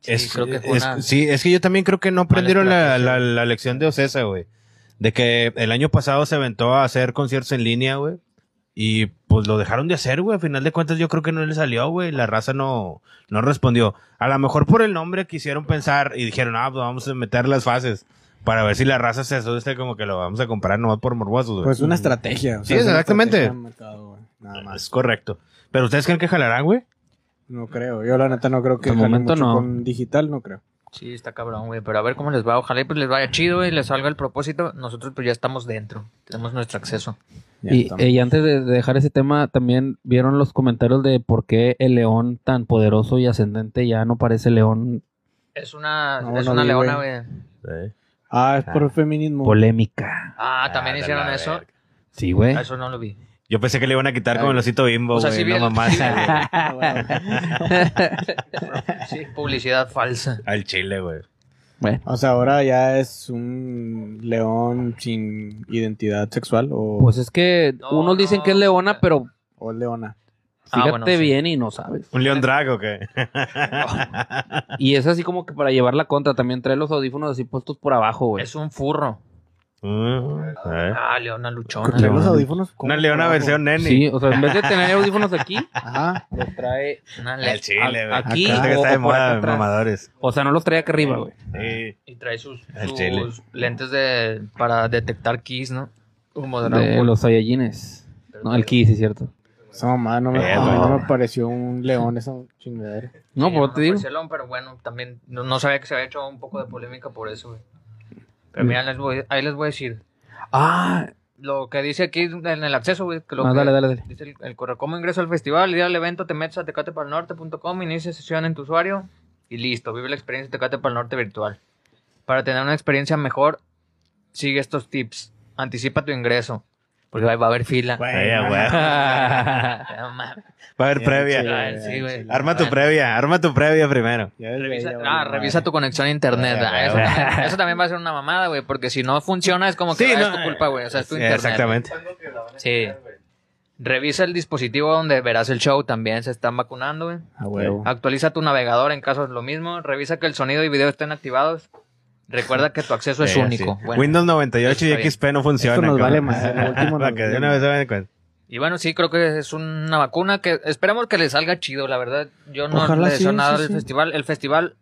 [SPEAKER 2] Sí,
[SPEAKER 3] es,
[SPEAKER 2] creo que fue
[SPEAKER 3] es-
[SPEAKER 2] una-
[SPEAKER 3] sí, es que yo también creo que no aprendieron la, la,
[SPEAKER 2] estrategia.
[SPEAKER 3] la lección de Ocesa, güey. De que el año pasado se aventó a hacer conciertos en línea, güey. Y pues lo dejaron de hacer, güey. A final de cuentas yo creo que no le salió, güey. La raza no, no respondió. A lo mejor por el nombre quisieron pensar y dijeron, ah, pues vamos a meter las fases. Para ver si la raza se asusta como que lo vamos a comprar nomás por morbosos, güey.
[SPEAKER 1] Pues una estrategia. o
[SPEAKER 3] Sí,
[SPEAKER 1] es una
[SPEAKER 3] exactamente.
[SPEAKER 1] estrategia de mercado, güey, nada más.
[SPEAKER 3] es correcto. Pero ustedes creen que jalarán, güey.
[SPEAKER 1] No creo. Yo la neta no creo que
[SPEAKER 4] De
[SPEAKER 1] jale
[SPEAKER 4] momento
[SPEAKER 1] mucho
[SPEAKER 4] no.
[SPEAKER 1] con digital, no creo.
[SPEAKER 2] sí está cabrón, güey. Pero a ver cómo les va. Ojalá y pues les vaya chido güey, y les salga el propósito. Nosotros pues ya estamos dentro. Tenemos nuestro acceso.
[SPEAKER 1] Ya
[SPEAKER 4] Y,
[SPEAKER 1] estamos.
[SPEAKER 4] eh, y antes de, de dejar ese tema, también vieron los comentarios de por qué el león tan poderoso y ascendente ya no parece león
[SPEAKER 2] Es una,
[SPEAKER 1] No,
[SPEAKER 2] es
[SPEAKER 1] no
[SPEAKER 2] una
[SPEAKER 1] vi,
[SPEAKER 2] leona,
[SPEAKER 1] güey.
[SPEAKER 2] güey.
[SPEAKER 1] ah, es por feminismo.
[SPEAKER 4] polémica.
[SPEAKER 2] Ah, también hicieron eso. Ah, <laughs>
[SPEAKER 4] Sí, güey.
[SPEAKER 2] Eso no lo vi.
[SPEAKER 3] Yo pensé que le iban a quitar
[SPEAKER 1] Ay.
[SPEAKER 3] con el osito bimbo,
[SPEAKER 2] O
[SPEAKER 3] ¿Eh? Pues, güey.
[SPEAKER 2] sea, sí vi
[SPEAKER 3] no
[SPEAKER 2] el- <laughs>
[SPEAKER 3] mamás,
[SPEAKER 2] sí vi
[SPEAKER 3] <laughs>
[SPEAKER 2] el-
[SPEAKER 3] güey.
[SPEAKER 1] <laughs> Ah, bueno.
[SPEAKER 2] Sí, publicidad falsa.
[SPEAKER 3] Al chile, güey.
[SPEAKER 4] Bueno,
[SPEAKER 1] o sea, ahora ya es un león sin identidad sexual o,
[SPEAKER 4] pues es que
[SPEAKER 2] No,
[SPEAKER 4] unos dicen
[SPEAKER 2] no,
[SPEAKER 4] que es leona, pero
[SPEAKER 1] o leona.
[SPEAKER 2] Ah,
[SPEAKER 4] fíjate
[SPEAKER 2] bueno, sí.
[SPEAKER 4] bien y no sabes.
[SPEAKER 3] ¿Un león drag o qué?
[SPEAKER 4] Y es así como que para llevar la contra, también trae los audífonos así puestos por abajo, güey.
[SPEAKER 2] Es un furro.
[SPEAKER 3] Pues, Eh.
[SPEAKER 2] Ah, leona
[SPEAKER 1] ¿Con
[SPEAKER 2] luchona.
[SPEAKER 4] Leona.
[SPEAKER 1] los audífonos? ¿Cómo?
[SPEAKER 3] Una leona
[SPEAKER 1] Abajo.
[SPEAKER 3] versión nene.
[SPEAKER 4] Sí, o sea, en vez de tener audífonos aquí,
[SPEAKER 1] Ajá.
[SPEAKER 4] los trae
[SPEAKER 2] Una le-
[SPEAKER 3] Al chile, güey.
[SPEAKER 4] a- aquí
[SPEAKER 3] Ahorita que
[SPEAKER 4] o-
[SPEAKER 3] está de
[SPEAKER 4] o por acá
[SPEAKER 3] moda,
[SPEAKER 4] atrás.
[SPEAKER 3] mamadores.
[SPEAKER 4] o sea, no los trae acá arriba, güey.
[SPEAKER 3] Sí.
[SPEAKER 2] Y trae sus,
[SPEAKER 3] Al
[SPEAKER 2] sus
[SPEAKER 3] chile.
[SPEAKER 2] lentes de para detectar kiss, ¿no? Como de
[SPEAKER 4] De
[SPEAKER 2] Dragon Ball.
[SPEAKER 4] los Saiyajines. No, el Ki, sí, cierto.
[SPEAKER 1] Esa mamá no me,
[SPEAKER 3] Eh,
[SPEAKER 1] no
[SPEAKER 3] güey.
[SPEAKER 1] me pareció un león esa chingadera.
[SPEAKER 4] No,
[SPEAKER 2] Sí,
[SPEAKER 4] pues te
[SPEAKER 2] me pareció
[SPEAKER 4] digo.
[SPEAKER 2] Eh, el león, pero bueno, también no, no sabía que se había hecho un poco de polémica por eso, güey.
[SPEAKER 4] Mm.
[SPEAKER 2] Pero mira, les voy, ahí les voy a decir.
[SPEAKER 4] Ah,
[SPEAKER 2] Lo que dice aquí en el acceso, güey. Que lo
[SPEAKER 4] ah,
[SPEAKER 2] que
[SPEAKER 4] dale, dale, dale.
[SPEAKER 2] Dice el, el correo, ¿cómo ingreso al festival? Ir al evento, te metes a tecatepalnorte.com, inicia sesión en tu usuario y listo. Vive la experiencia de Tecate Pal Norte virtual. Para tener una experiencia mejor, sigue estos tips. Anticipa tu ingreso, porque va va a haber fila. <laughs>
[SPEAKER 3] Eh,
[SPEAKER 1] Bueno.
[SPEAKER 3] güey.
[SPEAKER 2] No mames.
[SPEAKER 3] Va a haber
[SPEAKER 1] Bien,
[SPEAKER 3] previa.
[SPEAKER 1] chido.
[SPEAKER 2] Ay, sí, güey. Ah,
[SPEAKER 3] Arma tu
[SPEAKER 2] Bueno.
[SPEAKER 3] previa, arma tu previa primero.
[SPEAKER 1] Ya desde
[SPEAKER 2] Revisa,
[SPEAKER 1] ahí ya
[SPEAKER 2] ah,
[SPEAKER 1] valió madre.
[SPEAKER 2] revisa tu conexión a internet.
[SPEAKER 3] Eh,
[SPEAKER 2] ah,
[SPEAKER 3] güey,
[SPEAKER 2] eso,
[SPEAKER 3] güey. <laughs>
[SPEAKER 2] también, eso también va a ser una mamada, güey, porque si no funciona es como que
[SPEAKER 3] Sí,
[SPEAKER 2] ah,
[SPEAKER 3] no,
[SPEAKER 2] es tu culpa, güey. O sea, es tu
[SPEAKER 3] Sí,
[SPEAKER 2] internet.
[SPEAKER 3] Exactamente.
[SPEAKER 2] Sí. Revisa el dispositivo donde verás el show. También se están vacunando, güey.
[SPEAKER 1] A huevo.
[SPEAKER 2] Actualiza tu navegador en caso de lo mismo. Revisa que el sonido y video estén activados. Recuerda que tu acceso es
[SPEAKER 3] Sí,
[SPEAKER 2] único.
[SPEAKER 3] sí.
[SPEAKER 2] Bueno,
[SPEAKER 3] Windows 98
[SPEAKER 2] Está
[SPEAKER 3] y
[SPEAKER 2] bien.
[SPEAKER 3] XP no funcionan.
[SPEAKER 1] Esto nos
[SPEAKER 3] cabrón.
[SPEAKER 1] vale más, lo
[SPEAKER 3] <laughs>
[SPEAKER 1] último
[SPEAKER 3] Para
[SPEAKER 1] nos
[SPEAKER 3] que de
[SPEAKER 1] vale
[SPEAKER 3] una
[SPEAKER 1] más.
[SPEAKER 3] vez se den cuenta.
[SPEAKER 2] Y bueno, sí, creo que es una vacuna que esperamos que le salga chido, la verdad. Yo no
[SPEAKER 1] Ojalá
[SPEAKER 2] le deseo
[SPEAKER 1] sí,
[SPEAKER 2] nada
[SPEAKER 1] sí,
[SPEAKER 2] al
[SPEAKER 1] sí.
[SPEAKER 2] festival. El festival,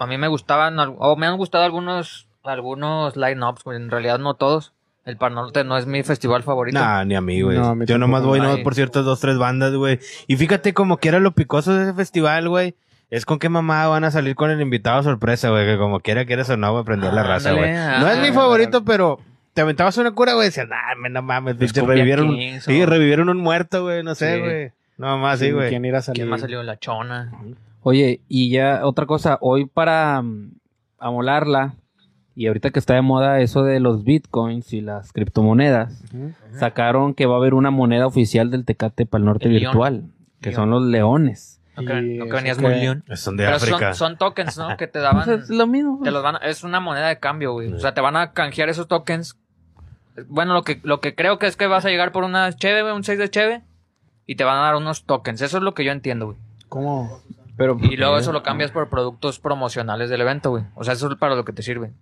[SPEAKER 2] a mí me gustaban, al- o me han gustado algunos, algunos line-ups, güey, en realidad no todos. El Parnorte no es mi festival favorito.
[SPEAKER 3] Nah, ni a mí, güey.
[SPEAKER 1] No, a mí
[SPEAKER 3] Yo
[SPEAKER 1] tampoco.
[SPEAKER 3] nomás voy nomás
[SPEAKER 2] Ay.
[SPEAKER 3] por ciertas dos, tres bandas, güey. Y fíjate como que era lo picoso de ese festival, güey. Es con qué mamá van a salir con el invitado sorpresa, güey. Que como quiera, quieres o no, güey, prendió la raza, güey.
[SPEAKER 2] Ándale, ah,
[SPEAKER 3] No es mi
[SPEAKER 2] ándale.
[SPEAKER 3] favorito, pero te aventabas una cura, güey. Decías, nah, me- no mames, pinche,
[SPEAKER 2] Escupía
[SPEAKER 3] revivieron,
[SPEAKER 2] quién hizo.
[SPEAKER 3] sí, revivieron un muerto, güey. No
[SPEAKER 2] Pues
[SPEAKER 3] sé,
[SPEAKER 2] Sí.
[SPEAKER 3] güey. No más, Ah, sí,
[SPEAKER 1] ¿Quién-
[SPEAKER 3] güey.
[SPEAKER 1] ¿Quién irá a salir?
[SPEAKER 2] ¿Quién más salió en la chona?
[SPEAKER 4] Oye, y ya otra cosa, hoy para mm, amolarla, y ahorita que está de moda eso de los bitcoins y las criptomonedas,
[SPEAKER 1] Ujú.
[SPEAKER 4] sacaron que va a haber una moneda oficial del Tecate para el Norte
[SPEAKER 2] El león.
[SPEAKER 4] virtual, que
[SPEAKER 2] León.
[SPEAKER 4] son los leones.
[SPEAKER 2] No
[SPEAKER 1] Y
[SPEAKER 2] que, no que
[SPEAKER 1] eso
[SPEAKER 2] venías
[SPEAKER 1] que-
[SPEAKER 2] muy león.
[SPEAKER 3] Son de
[SPEAKER 2] Pero son,
[SPEAKER 3] África.
[SPEAKER 2] son tokens, ¿no? Que te
[SPEAKER 4] Pues
[SPEAKER 2] daban.
[SPEAKER 3] <laughs>
[SPEAKER 4] es lo mismo.
[SPEAKER 2] te los van a- es una moneda de cambio, güey. O sea, te van a canjear esos tokens. Bueno, lo que, lo que creo que es que vas a llegar por una cheve, güey, un 6 de cheve. Y te van a dar unos tokens. Eso es lo que yo entiendo, güey.
[SPEAKER 1] ¿Cómo?
[SPEAKER 4] Pero,
[SPEAKER 2] Y luego eso lo cambias por productos promocionales del evento, güey. O sea, eso es para lo que te sirve.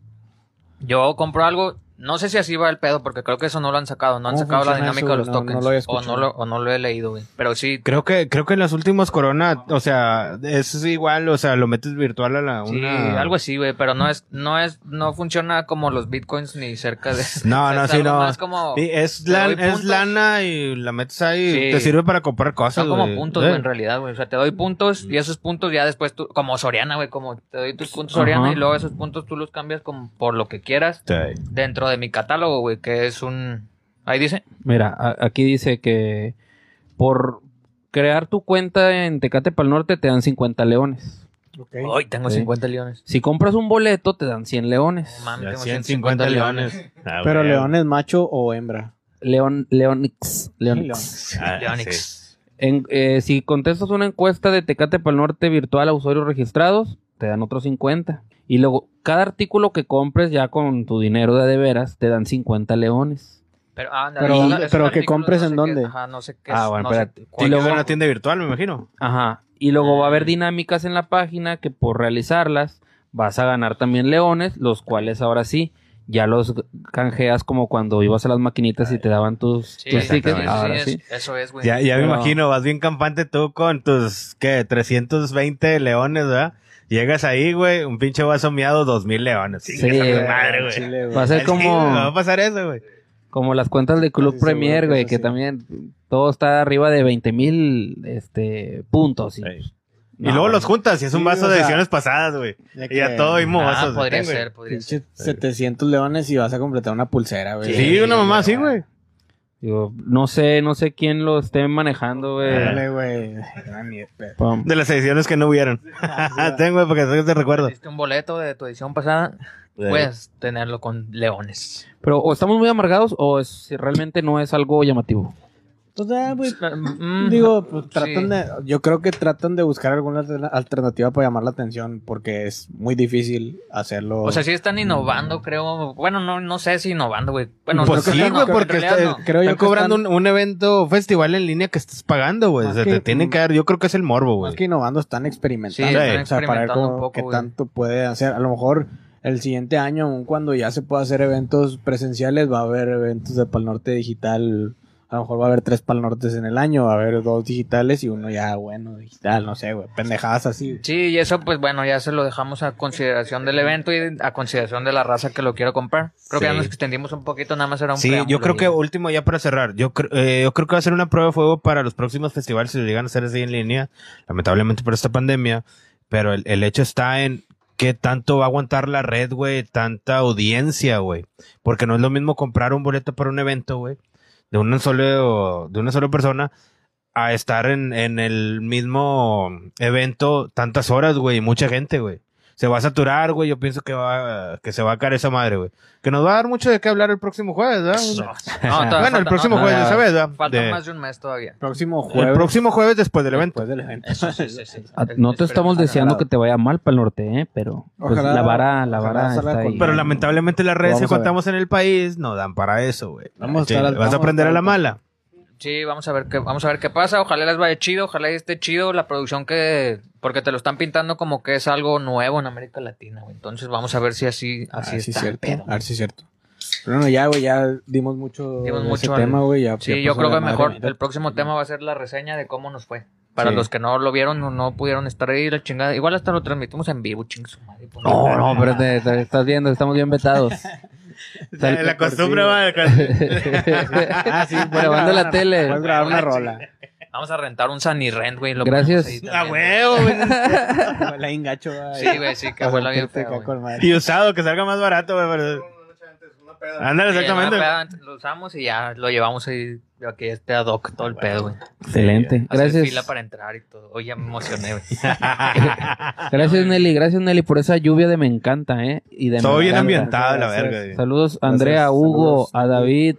[SPEAKER 2] Yo compro algo, no sé si así va el pedo, porque creo que eso no lo han sacado. No han
[SPEAKER 1] ¿Cómo
[SPEAKER 2] sacado la
[SPEAKER 1] funciona eso?
[SPEAKER 2] dinámica de los
[SPEAKER 1] No-
[SPEAKER 2] tokens.
[SPEAKER 1] no lo había
[SPEAKER 2] o,
[SPEAKER 1] escuchado.
[SPEAKER 2] no lo, o no lo he leído, güey. Pero sí,
[SPEAKER 3] Creo que, creo que en las últimas corona, o sea, eso es igual, o sea, lo metes virtual a la
[SPEAKER 2] sí,
[SPEAKER 3] una.
[SPEAKER 2] algo así, güey. Pero no es, no es, no funciona como los bitcoins ni cerca de.
[SPEAKER 3] No,
[SPEAKER 2] <laughs> es
[SPEAKER 3] no, sí,
[SPEAKER 2] algo
[SPEAKER 3] no.
[SPEAKER 2] más como-
[SPEAKER 3] Sí, es,
[SPEAKER 2] te
[SPEAKER 3] lan-
[SPEAKER 2] Oh, doy
[SPEAKER 3] es
[SPEAKER 2] puntos.
[SPEAKER 3] lana y la metes ahí.
[SPEAKER 2] Sí.
[SPEAKER 3] Te sirve para comprar cosas,
[SPEAKER 2] Son como
[SPEAKER 3] güey.
[SPEAKER 2] puntos,
[SPEAKER 3] Eh,
[SPEAKER 2] güey, en realidad, güey. O sea, te doy puntos y esos puntos ya después tú, como Soriana, güey, como te doy tus puntos Soriana
[SPEAKER 4] Ajá.
[SPEAKER 2] y luego esos puntos tú los cambias como por lo que quieras
[SPEAKER 3] sí.
[SPEAKER 2] dentro de mi catálogo, güey, que es un... Ahí dice,
[SPEAKER 4] pues. Mira, a- aquí dice que por crear tu cuenta en Tecate Pal Norte te dan 50 leones.
[SPEAKER 1] Ok.
[SPEAKER 2] hoy tengo
[SPEAKER 4] Sí.
[SPEAKER 2] 50 leones.
[SPEAKER 4] Si compras un boleto te dan 100 leones.
[SPEAKER 2] No mames,
[SPEAKER 3] Ya
[SPEAKER 2] tengo
[SPEAKER 3] 150 leones. Ah,
[SPEAKER 1] Pero
[SPEAKER 3] güey.
[SPEAKER 1] león es macho o hembra.
[SPEAKER 4] León, Leonix. Leonix.
[SPEAKER 3] Ah,
[SPEAKER 2] Leonix.
[SPEAKER 3] sí.
[SPEAKER 4] En- eh, si contestas una encuesta de Tecate Pal Norte virtual a usuarios registrados, te dan otros 50. Y luego, cada artículo que compres ya con tu dinero de a de veras, te dan 50 leones.
[SPEAKER 2] Pero, ah, anda,
[SPEAKER 1] Pero
[SPEAKER 2] es un-
[SPEAKER 1] ¿dónde-
[SPEAKER 2] es
[SPEAKER 1] pero
[SPEAKER 2] un
[SPEAKER 1] que
[SPEAKER 2] artículo,
[SPEAKER 1] compres
[SPEAKER 2] no
[SPEAKER 1] en
[SPEAKER 2] sé
[SPEAKER 1] dónde?
[SPEAKER 2] qué- Ajá, no sé qué
[SPEAKER 4] Ah,
[SPEAKER 2] es,
[SPEAKER 4] bueno,
[SPEAKER 2] no sé
[SPEAKER 4] espérate.
[SPEAKER 2] cuál-
[SPEAKER 3] Y
[SPEAKER 4] luego-
[SPEAKER 3] luego una tienda virtual, me imagino.
[SPEAKER 4] Ajá. Eh. Y luego va a haber dinámicas en la página que por realizarlas vas a ganar también leones, los cuales ahora sí ya los canjeas como cuando ibas a las maquinitas y te daban tus,
[SPEAKER 2] Sí,
[SPEAKER 4] tus tickets.
[SPEAKER 2] exactamente,
[SPEAKER 4] Ahora
[SPEAKER 2] sí,
[SPEAKER 4] sí.
[SPEAKER 2] es- eso es, güey.
[SPEAKER 3] Ya, ya me
[SPEAKER 4] Pero-
[SPEAKER 3] imagino, vas bien campante tú con tus, ¿qué? 320 leones, ¿verdad? Llegas ahí, güey, un pinche vaso miado, 2000 leones.
[SPEAKER 4] Sí,
[SPEAKER 3] esa
[SPEAKER 4] güey.
[SPEAKER 3] madre, güey.
[SPEAKER 1] Chile, güey.
[SPEAKER 4] Va a
[SPEAKER 3] Sí,
[SPEAKER 4] ser
[SPEAKER 3] güey, va a
[SPEAKER 4] como,
[SPEAKER 3] pasar eso, güey.
[SPEAKER 4] como las cuentas de Club
[SPEAKER 1] Casi seguro
[SPEAKER 4] Premier,
[SPEAKER 1] que
[SPEAKER 4] güey,
[SPEAKER 1] es
[SPEAKER 4] que
[SPEAKER 1] así.
[SPEAKER 4] también todo está arriba de 20 mil este, puntos. Y,
[SPEAKER 3] Sí. Y
[SPEAKER 4] No,
[SPEAKER 3] luego
[SPEAKER 4] güey.
[SPEAKER 3] los juntas y es un
[SPEAKER 1] Sí,
[SPEAKER 3] vaso
[SPEAKER 1] o
[SPEAKER 3] de
[SPEAKER 1] sea,
[SPEAKER 3] ediciones pasadas, güey.
[SPEAKER 1] De
[SPEAKER 3] Y ya
[SPEAKER 1] que-
[SPEAKER 3] todo y mozos.
[SPEAKER 2] Ah,
[SPEAKER 3] güey,
[SPEAKER 2] podría
[SPEAKER 3] güey.
[SPEAKER 2] ser, podría ser.
[SPEAKER 1] Pinche 700 leones y vas a completar una pulsera, güey.
[SPEAKER 3] Sí, una mamá así, güey.
[SPEAKER 4] Digo, no sé, no sé quién lo esté manejando, güey.
[SPEAKER 1] Dale, güey. Ah, ni de pedo.
[SPEAKER 4] Pam.
[SPEAKER 3] De las ediciones que no <laughs> hubieron. Ah, Tengo, güey, porque eso te recuerdo.
[SPEAKER 2] Hiciste un boleto de tu edición pasada,
[SPEAKER 3] Pues,
[SPEAKER 2] puedes tenerlo con leones.
[SPEAKER 4] Pero o estamos muy amargados o es, realmente no es algo llamativo.
[SPEAKER 1] Pues, ah, güey,
[SPEAKER 2] Mm,
[SPEAKER 1] Digo, pues, tratan
[SPEAKER 2] sí.
[SPEAKER 1] de, yo creo que tratan de buscar alguna alterna- alternativa para llamar la atención, porque es muy difícil hacerlo.
[SPEAKER 2] O sea, sí
[SPEAKER 3] Mm.
[SPEAKER 2] están innovando, creo. Bueno, no, no sé si innovando, güey. Bueno,
[SPEAKER 3] pues
[SPEAKER 2] creo
[SPEAKER 3] sí,
[SPEAKER 2] que
[SPEAKER 3] güey,
[SPEAKER 2] no, en
[SPEAKER 3] porque
[SPEAKER 2] realidad
[SPEAKER 3] está-
[SPEAKER 2] no.
[SPEAKER 1] Creo yo
[SPEAKER 3] están
[SPEAKER 1] que
[SPEAKER 3] cobrando
[SPEAKER 1] están- Ah,
[SPEAKER 3] un, un evento festival en línea que estás pagando, güey. O
[SPEAKER 1] Más
[SPEAKER 3] sea,
[SPEAKER 1] que-
[SPEAKER 3] te tienen que dar, yo creo que es el morbo,
[SPEAKER 1] más
[SPEAKER 3] güey.
[SPEAKER 1] que innovando, están
[SPEAKER 2] Sí,
[SPEAKER 1] experimentando.
[SPEAKER 3] Sí.
[SPEAKER 2] están
[SPEAKER 1] o sea, para ver
[SPEAKER 2] experimentando
[SPEAKER 1] cómo,
[SPEAKER 2] un
[SPEAKER 1] qué
[SPEAKER 2] poco, güey.
[SPEAKER 1] tanto puede hacer. A lo mejor el siguiente año, aun cuando ya se pueda hacer eventos presenciales, va a haber eventos de Pal Norte digital. A lo mejor va a haber tres Pal Nortes en el año, va a haber dos digitales y uno ya, bueno, digital, no sé, güey. Pendejadas así.
[SPEAKER 2] Sí, y eso, pues bueno, ya se lo dejamos a consideración del evento y a consideración de la raza que lo quiero comprar. Creo que
[SPEAKER 3] Sí.
[SPEAKER 2] ya nos extendimos un poquito, nada más era un
[SPEAKER 3] Sí, yo
[SPEAKER 2] preámbulo
[SPEAKER 3] creo que
[SPEAKER 2] ahí.
[SPEAKER 3] último ya para cerrar. Yo, cre- eh, yo creo que va a ser una prueba de fuego para los próximos festivales si lo llegan a hacer así en línea. Lamentablemente por esta pandemia. Pero el, el hecho está en qué tanto va a aguantar la red, güey. Tanta audiencia, güey. Porque no es lo mismo comprar un boleto para un evento, güey. De una solo, de una sola persona. A estar en, en el mismo evento tantas horas, güey. Y mucha gente, güey. Se va a saturar, güey. Yo pienso que va, que se va a caer esa madre, güey. Que nos va a dar mucho de qué hablar el próximo jueves, ¿verdad?
[SPEAKER 2] Eso. No,
[SPEAKER 3] <laughs>
[SPEAKER 2] todavía
[SPEAKER 3] Bueno, el
[SPEAKER 2] falta-
[SPEAKER 3] próximo
[SPEAKER 2] no,
[SPEAKER 3] jueves,
[SPEAKER 2] todavía
[SPEAKER 3] ¿sabes? verdad?
[SPEAKER 2] Falta
[SPEAKER 3] De-
[SPEAKER 2] más de un mes todavía.
[SPEAKER 1] Próximo jueves.
[SPEAKER 3] el próximo jueves después del evento.
[SPEAKER 1] después del evento. <laughs>
[SPEAKER 2] Eso sí, sí, sí.
[SPEAKER 4] Ah, No te estamos
[SPEAKER 2] Esperemos.
[SPEAKER 4] deseando que te vaya mal para el norte, ¿eh? pero pues,
[SPEAKER 1] Ojalá-
[SPEAKER 4] la vara, la
[SPEAKER 1] ojalá
[SPEAKER 4] vara
[SPEAKER 1] salga
[SPEAKER 4] está
[SPEAKER 1] con-
[SPEAKER 4] ahí.
[SPEAKER 3] Pero lamentablemente las redes
[SPEAKER 1] Vamos
[SPEAKER 3] que
[SPEAKER 1] a ver.
[SPEAKER 3] contamos en el país no dan para eso, güey.
[SPEAKER 1] Vamos a
[SPEAKER 3] Sí,
[SPEAKER 1] estar al-
[SPEAKER 3] Vas
[SPEAKER 1] vamos
[SPEAKER 3] a
[SPEAKER 1] a
[SPEAKER 3] aprender a
[SPEAKER 1] estar
[SPEAKER 3] la
[SPEAKER 1] al- <laughs>
[SPEAKER 3] mala.
[SPEAKER 2] Sí, vamos a ver qué, vamos a ver qué pasa. Ojalá les vaya chido, ojalá esté chido la producción que, porque te lo están pintando como que es algo nuevo en América Latina, güey. Entonces vamos a ver si así, así
[SPEAKER 1] Ah, sí,
[SPEAKER 2] está. el
[SPEAKER 1] cierto.
[SPEAKER 2] pedo.
[SPEAKER 1] A ver si es cierto. Pero no, ya, güey, ya dimos mucho
[SPEAKER 2] Dimos
[SPEAKER 1] de
[SPEAKER 2] mucho
[SPEAKER 1] ese
[SPEAKER 2] al-
[SPEAKER 1] tema, güey. ya-
[SPEAKER 2] Sí,
[SPEAKER 1] ya
[SPEAKER 2] yo
[SPEAKER 1] pasó
[SPEAKER 2] creo
[SPEAKER 1] la
[SPEAKER 2] que
[SPEAKER 1] madre,
[SPEAKER 2] mejor
[SPEAKER 1] güey.
[SPEAKER 2] el próximo tema va a ser la reseña de cómo nos fue. Para
[SPEAKER 1] Sí.
[SPEAKER 2] los que no lo vieron o no pudieron estar ahí, la chingada. Igual hasta lo transmitimos en vivo, ching su madre. pues,
[SPEAKER 4] No, no, pero te- te estás viendo, estamos
[SPEAKER 1] <laughs>
[SPEAKER 4] bien vetados. Sal-
[SPEAKER 3] La costumbre
[SPEAKER 1] sí.
[SPEAKER 3] va.
[SPEAKER 4] ah,
[SPEAKER 1] Ah, sí, puedes
[SPEAKER 2] <laughs>
[SPEAKER 4] <laughs> grabando
[SPEAKER 1] grabar <laughs>
[SPEAKER 4] la
[SPEAKER 1] una-
[SPEAKER 4] tele.
[SPEAKER 1] Puedes grabar una rola.
[SPEAKER 2] Vamos a rentar un Sunny Rent, güey. lo
[SPEAKER 4] Gracias.
[SPEAKER 2] ponemos ahí
[SPEAKER 3] A
[SPEAKER 2] también, güey.
[SPEAKER 3] huevo, Ah,
[SPEAKER 1] <laughs>
[SPEAKER 3] güey.
[SPEAKER 1] La engacho.
[SPEAKER 2] Sí, güey, sí, que abuela bien fea, güey.
[SPEAKER 3] Y usado, que salga más barato, güey. pero- Ándale,
[SPEAKER 2] Sí,
[SPEAKER 3] exactamente. <laughs>
[SPEAKER 2] no, pero Lo usamos y ya lo llevamos ahí. Aquí este ad hoc, todo el pedo, güey.
[SPEAKER 4] Excelente.
[SPEAKER 2] Hacer
[SPEAKER 4] Gracias.
[SPEAKER 2] fila para entrar y todo. Oye, ya me emocioné, güey.
[SPEAKER 4] Gracias, Nelly. Gracias, Nelly, por esa lluvia de me encanta, ¿eh? Y de me
[SPEAKER 3] Todo bien
[SPEAKER 4] encanta.
[SPEAKER 3] ambientado, la
[SPEAKER 1] Gracias.
[SPEAKER 3] verga. güey.
[SPEAKER 4] Saludos a Andrea, a
[SPEAKER 1] Gracias,
[SPEAKER 4] Hugo,
[SPEAKER 1] saludos.
[SPEAKER 4] a David,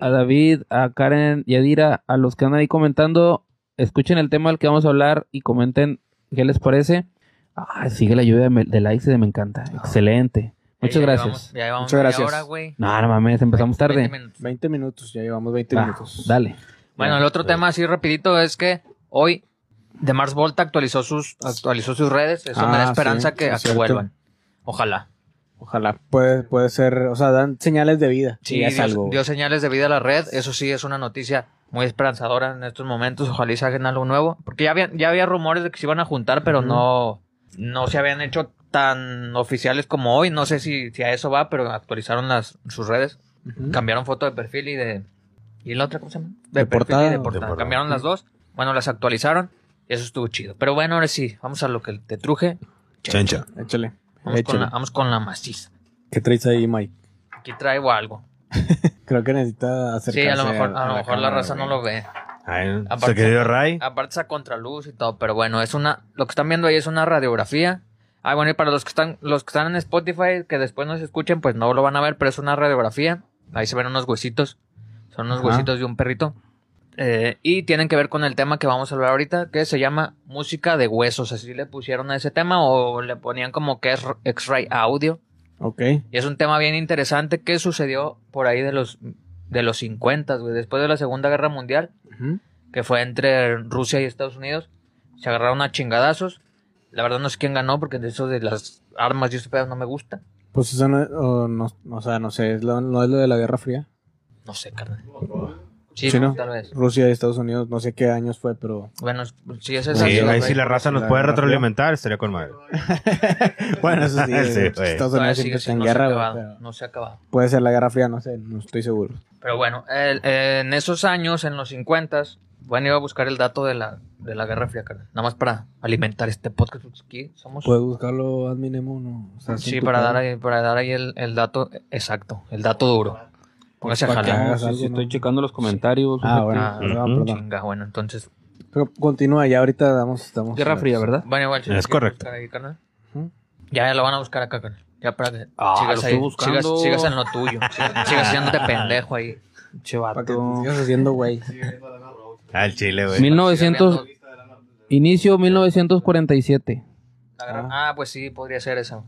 [SPEAKER 4] a David, a Karen y a Dira, a los que andan ahí comentando. Escuchen el tema del que vamos a hablar y comenten qué les parece. Ah, sigue la lluvia de, me- de likes y de me encanta. Excelente. <laughs> Muchas
[SPEAKER 2] Ya
[SPEAKER 4] gracias.
[SPEAKER 2] llevamos- ya llevamos
[SPEAKER 1] Muchas
[SPEAKER 2] media
[SPEAKER 1] gracias.
[SPEAKER 2] hora, güey.
[SPEAKER 4] No, no mames, empezamos
[SPEAKER 2] 20
[SPEAKER 4] tarde.
[SPEAKER 2] minutos.
[SPEAKER 1] 20 minutos, ya llevamos 20
[SPEAKER 4] Va,
[SPEAKER 1] minutos.
[SPEAKER 4] dale.
[SPEAKER 2] Bueno, el otro
[SPEAKER 3] Sí.
[SPEAKER 2] tema así rapidito es que hoy de Mars Volta actualizó sus, actualizó sus redes. Eso me
[SPEAKER 1] Ah,
[SPEAKER 2] da
[SPEAKER 1] sí,
[SPEAKER 2] esperanza que,
[SPEAKER 1] sí,
[SPEAKER 2] a que
[SPEAKER 1] cierto.
[SPEAKER 2] vuelvan. Ojalá.
[SPEAKER 1] Ojalá. Puede, puede ser, o sea, dan señales de vida.
[SPEAKER 2] Sí,
[SPEAKER 1] Sí, es
[SPEAKER 2] dio,
[SPEAKER 1] algo. güey.
[SPEAKER 2] dio señales de vida a la red. Eso sí es una noticia muy esperanzadora en estos momentos. Ojalá y saquen algo nuevo. Porque ya había, ya había rumores de que se iban a juntar, pero no, no se habían hecho tan oficiales como hoy. No sé si, si a eso va, pero actualizaron las, sus redes.
[SPEAKER 1] Ujú.
[SPEAKER 2] Cambiaron foto de perfil y de. ¿Y la otra? ¿Cómo se llama?
[SPEAKER 1] De
[SPEAKER 2] perfil
[SPEAKER 1] portada.
[SPEAKER 2] y de
[SPEAKER 1] De
[SPEAKER 2] portada.
[SPEAKER 3] portada.
[SPEAKER 2] Cambiaron las dos. Bueno, las actualizaron. y Eso estuvo chido. Pero bueno, ahora sí, vamos a lo que te truje.
[SPEAKER 3] Chencha.
[SPEAKER 1] Échale.
[SPEAKER 2] Vamos, con
[SPEAKER 1] échale.
[SPEAKER 2] la, vamos con la maciza.
[SPEAKER 1] ¿Qué traes ahí, Mike?
[SPEAKER 2] Aquí traigo algo.
[SPEAKER 1] Creo que necesita acercarse
[SPEAKER 2] Sí, a lo mejor, a lo
[SPEAKER 1] la
[SPEAKER 2] mejor la
[SPEAKER 1] cámara,
[SPEAKER 2] raza no
[SPEAKER 1] güey.
[SPEAKER 2] lo ve.
[SPEAKER 3] Ay,
[SPEAKER 2] Aparte- Ah,
[SPEAKER 3] Se quedó Ray.
[SPEAKER 2] Aparte esa contraluz y todo, pero bueno, es una, lo que están viendo ahí es una radiografía. Ah, bueno, y para los que están, los que están en Spotify, que después nos escuchen, pues no lo van a ver, pero es una radiografía. Ahí se ven unos huesitos. Son unos
[SPEAKER 1] Ajá.
[SPEAKER 2] huesitos de un perrito. Eh, y tienen que ver con el tema que vamos a hablar ahorita, que se llama música de huesos. Así le pusieron a ese tema, o le ponían como que es X-ray audio.
[SPEAKER 1] Ok.
[SPEAKER 2] Y es un tema bien interesante que sucedió por ahí de los, de los 50, güey, después de la Segunda Guerra Mundial
[SPEAKER 1] Ujú.
[SPEAKER 2] que fue entre Rusia y Estados Unidos. Se agarraron a chingadazos. La verdad no sé quién ganó porque de eso de las armas y ese pedo no me gusta.
[SPEAKER 1] Pues eso no, o no, o sea, no sé, es lo- no es lo de la Guerra Fría.
[SPEAKER 2] No sé, carnal. Sí,
[SPEAKER 1] Sí,
[SPEAKER 2] no,
[SPEAKER 1] ¿no?
[SPEAKER 2] tal vez.
[SPEAKER 1] Rusia y Estados Unidos, no sé qué años fue,
[SPEAKER 2] <laughs>
[SPEAKER 1] pero
[SPEAKER 2] Bueno, es- pues, sí, es
[SPEAKER 3] Sí,
[SPEAKER 2] esa.
[SPEAKER 1] Sí,
[SPEAKER 3] ahí
[SPEAKER 1] güey.
[SPEAKER 3] si la raza nos
[SPEAKER 1] La
[SPEAKER 3] puede
[SPEAKER 1] raza.
[SPEAKER 3] retroalimentar, estaría con madre.
[SPEAKER 1] bueno, eso sí, eh,
[SPEAKER 3] Sí, güey.
[SPEAKER 1] Estados
[SPEAKER 2] Todavía
[SPEAKER 1] Unidos siempre
[SPEAKER 2] sigue
[SPEAKER 1] está
[SPEAKER 2] sin-
[SPEAKER 1] en
[SPEAKER 2] no,
[SPEAKER 1] guerra,
[SPEAKER 2] se ha
[SPEAKER 1] güey,
[SPEAKER 2] acabado,
[SPEAKER 1] pero
[SPEAKER 2] no se ha acabado.
[SPEAKER 1] puede ser la Guerra Fría, no sé, no estoy seguro.
[SPEAKER 2] Pero bueno, el- eh, en esos años, en los 50, bueno, iba a buscar el dato de la, de la Guerra Fría, carnal. Nada más para alimentar este podcast. porque Aquí somos.
[SPEAKER 1] Puedes buscarlo, admin Emo, no. O sea, sin
[SPEAKER 2] sí,
[SPEAKER 1] tu
[SPEAKER 2] para dar
[SPEAKER 1] cara.
[SPEAKER 2] ahí, para dar ahí el, el dato exacto, el dato duro. Póngase a
[SPEAKER 1] Para Pues que
[SPEAKER 2] jalar.
[SPEAKER 1] hagas algo, ¿no?
[SPEAKER 4] checando los comentarios.
[SPEAKER 1] Ah, bueno,
[SPEAKER 2] Ah,
[SPEAKER 1] perdón,
[SPEAKER 3] ujú.
[SPEAKER 1] perdón.
[SPEAKER 2] Chinga, bueno, entonces
[SPEAKER 1] Pero continúa, ya ahorita damos, estamos.
[SPEAKER 4] Guerra Fría, ¿verdad?
[SPEAKER 2] Bueno, igual. si
[SPEAKER 3] Es
[SPEAKER 2] lo quieres
[SPEAKER 3] correcto.
[SPEAKER 2] buscar ahí, carnal.
[SPEAKER 1] Ujú.
[SPEAKER 2] Ya, ya lo van a buscar acá, carnal. Ya para que
[SPEAKER 4] Ah, lo
[SPEAKER 2] sigas
[SPEAKER 4] estoy
[SPEAKER 2] ahí.
[SPEAKER 4] buscando.
[SPEAKER 2] Sigas, sigas en lo tuyo. sigas, sigas haciéndote pendejo ahí.
[SPEAKER 1] Para que te sigas haciendo, güey.
[SPEAKER 3] Al chile, güey.
[SPEAKER 4] 1900, inicio 1947.
[SPEAKER 2] La gran- Ah. pues sí, podría ser eso.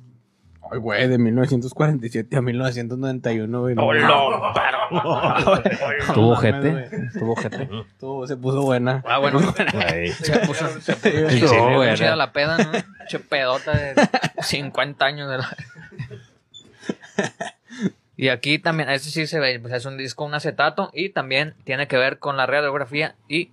[SPEAKER 1] Ay, güey, de 1947 a 1991, güey. no,
[SPEAKER 4] Tuvo gente. Tuvo gente.
[SPEAKER 1] Todo se puso buena.
[SPEAKER 2] Ah, bueno.
[SPEAKER 3] <laughs>
[SPEAKER 2] <laughs>
[SPEAKER 3] Güey.
[SPEAKER 2] Se puso, se puso
[SPEAKER 3] El chile, güey.
[SPEAKER 2] chida la peda, ¿no? Che pedota de 50 años. De la... Y aquí también, ese sí se ve, pues es un disco, un acetato, y también tiene que ver con la radiografía y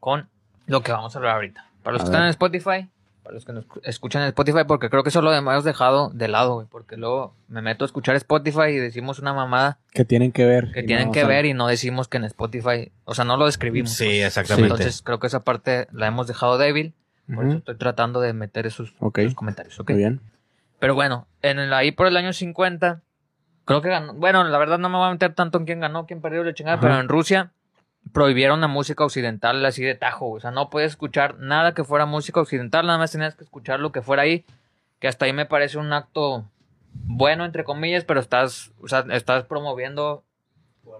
[SPEAKER 2] con lo que vamos a hablar ahorita. Para los
[SPEAKER 1] A
[SPEAKER 2] que
[SPEAKER 1] ver.
[SPEAKER 2] están en Spotify, para los que nos escuchan en Spotify, porque creo que eso lo hemos dejado de lado, güey, porque luego me meto a escuchar Spotify y decimos una mamada
[SPEAKER 1] Que tienen que ver.
[SPEAKER 2] que
[SPEAKER 1] y
[SPEAKER 2] tienen
[SPEAKER 1] no,
[SPEAKER 2] que
[SPEAKER 1] o sea,
[SPEAKER 2] ver y no decimos que en Spotify, o sea, no lo describimos.
[SPEAKER 3] Sí,
[SPEAKER 2] pues.
[SPEAKER 3] exactamente.
[SPEAKER 2] Entonces creo que esa parte la hemos dejado débil. Por eso
[SPEAKER 1] ujú.
[SPEAKER 2] estoy tratando de meter esos,
[SPEAKER 1] Ok,
[SPEAKER 2] esos comentarios. ¿ok?
[SPEAKER 1] muy bien.
[SPEAKER 2] Pero bueno, en el, ahí por el año 50, creo que ganó. Bueno, la verdad no me voy a meter tanto en quién ganó, quién perdió la chingada,
[SPEAKER 1] Ajá.
[SPEAKER 2] pero en Rusia prohibieron la música occidental así de tajo. O sea, no podías escuchar nada que fuera música occidental, nada más tenías que escuchar lo que fuera ahí. Que hasta ahí me parece un acto bueno, entre comillas, pero estás, o sea, estás promoviendo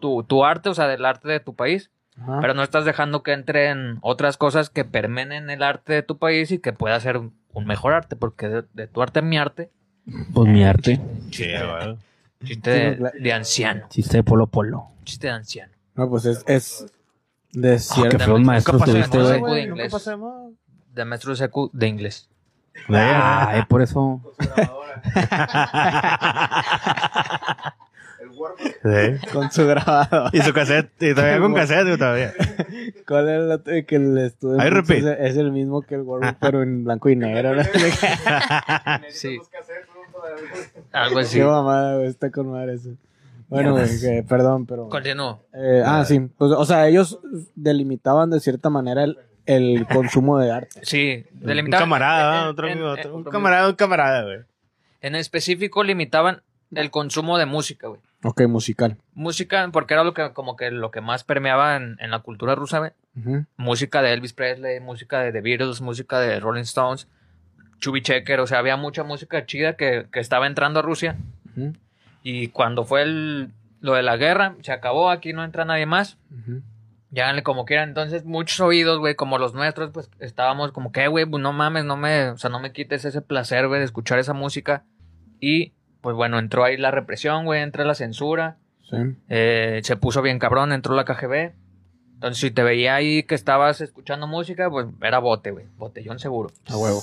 [SPEAKER 2] tu, tu arte, o sea, del arte de tu país.
[SPEAKER 1] Ajá.
[SPEAKER 2] Pero no estás dejando que entren otras cosas que permenen el arte de tu país y que pueda ser un un mejor arte, porque de, de tu arte a mi arte,
[SPEAKER 4] Pues mi arte.
[SPEAKER 3] Sí, güey.
[SPEAKER 2] chiste
[SPEAKER 1] Sí,
[SPEAKER 2] de,
[SPEAKER 1] no, claro.
[SPEAKER 2] de anciano,
[SPEAKER 4] Chiste de Polo Polo.
[SPEAKER 2] chiste de anciano.
[SPEAKER 1] No, pues es, es de
[SPEAKER 4] Ah, qué
[SPEAKER 1] cierto.
[SPEAKER 4] feos maestros
[SPEAKER 3] Nunca pasé de
[SPEAKER 4] tuviste,
[SPEAKER 2] moda,
[SPEAKER 4] güey.
[SPEAKER 2] güey. Nunca pasé De maestro de CQ de inglés.
[SPEAKER 4] Ay, Ah, eh, por eso.
[SPEAKER 3] Sí.
[SPEAKER 1] con su grabado.
[SPEAKER 3] Y su cassette, y todavía <laughs> con cassette, güey, todavía.
[SPEAKER 1] ¿Cuál era el otro que el estudio?
[SPEAKER 3] Ahí
[SPEAKER 1] es,
[SPEAKER 3] repite.
[SPEAKER 1] es el mismo que el Warwick, pero en blanco y negro. ¿no? <laughs>
[SPEAKER 2] Sí. Algo así.
[SPEAKER 1] Qué mamada, güey, está con madre eso. Bueno, güey, que- perdón, pero...
[SPEAKER 2] Continúo.
[SPEAKER 1] eh, ah, sí. Pues, o sea, ellos delimitaban de cierta manera el, <laughs> el consumo de arte.
[SPEAKER 2] Sí,
[SPEAKER 3] Un
[SPEAKER 2] delimitaban.
[SPEAKER 3] camarada,
[SPEAKER 2] en-
[SPEAKER 3] otro
[SPEAKER 2] en-
[SPEAKER 3] amigo,
[SPEAKER 2] en-
[SPEAKER 3] otro. eh, Un
[SPEAKER 2] otro
[SPEAKER 3] camarada, un camarada, güey.
[SPEAKER 2] amigo. En específico limitaban el consumo de música, güey.
[SPEAKER 1] Ok, musical.
[SPEAKER 2] Música, porque era lo que como que lo que más permeaba en, en la cultura rusa, güey.
[SPEAKER 1] Ujú.
[SPEAKER 2] música de Elvis Presley, música de The Beatles, música de Rolling Stones, Chubby Checker, o sea, había mucha música chida que, que estaba entrando a Rusia.
[SPEAKER 1] Ujú.
[SPEAKER 2] Y cuando fue el- lo de la guerra, se acabó, aquí no entra nadie más,
[SPEAKER 1] Ujú.
[SPEAKER 2] lláganle como quieran. Entonces, muchos oídos, güey, como los nuestros, pues estábamos como que, güey, pues, no mames, no me, o sea, no me quites ese placer, güey, de escuchar esa música. Y, pues bueno, entró ahí la represión, güey, entra la censura.
[SPEAKER 1] Sí.
[SPEAKER 2] Eh, se puso bien cabrón, entró la KGB. Entonces, si te veía ahí que estabas escuchando música, pues era bote, güey. Botellón seguro.
[SPEAKER 1] A huevo.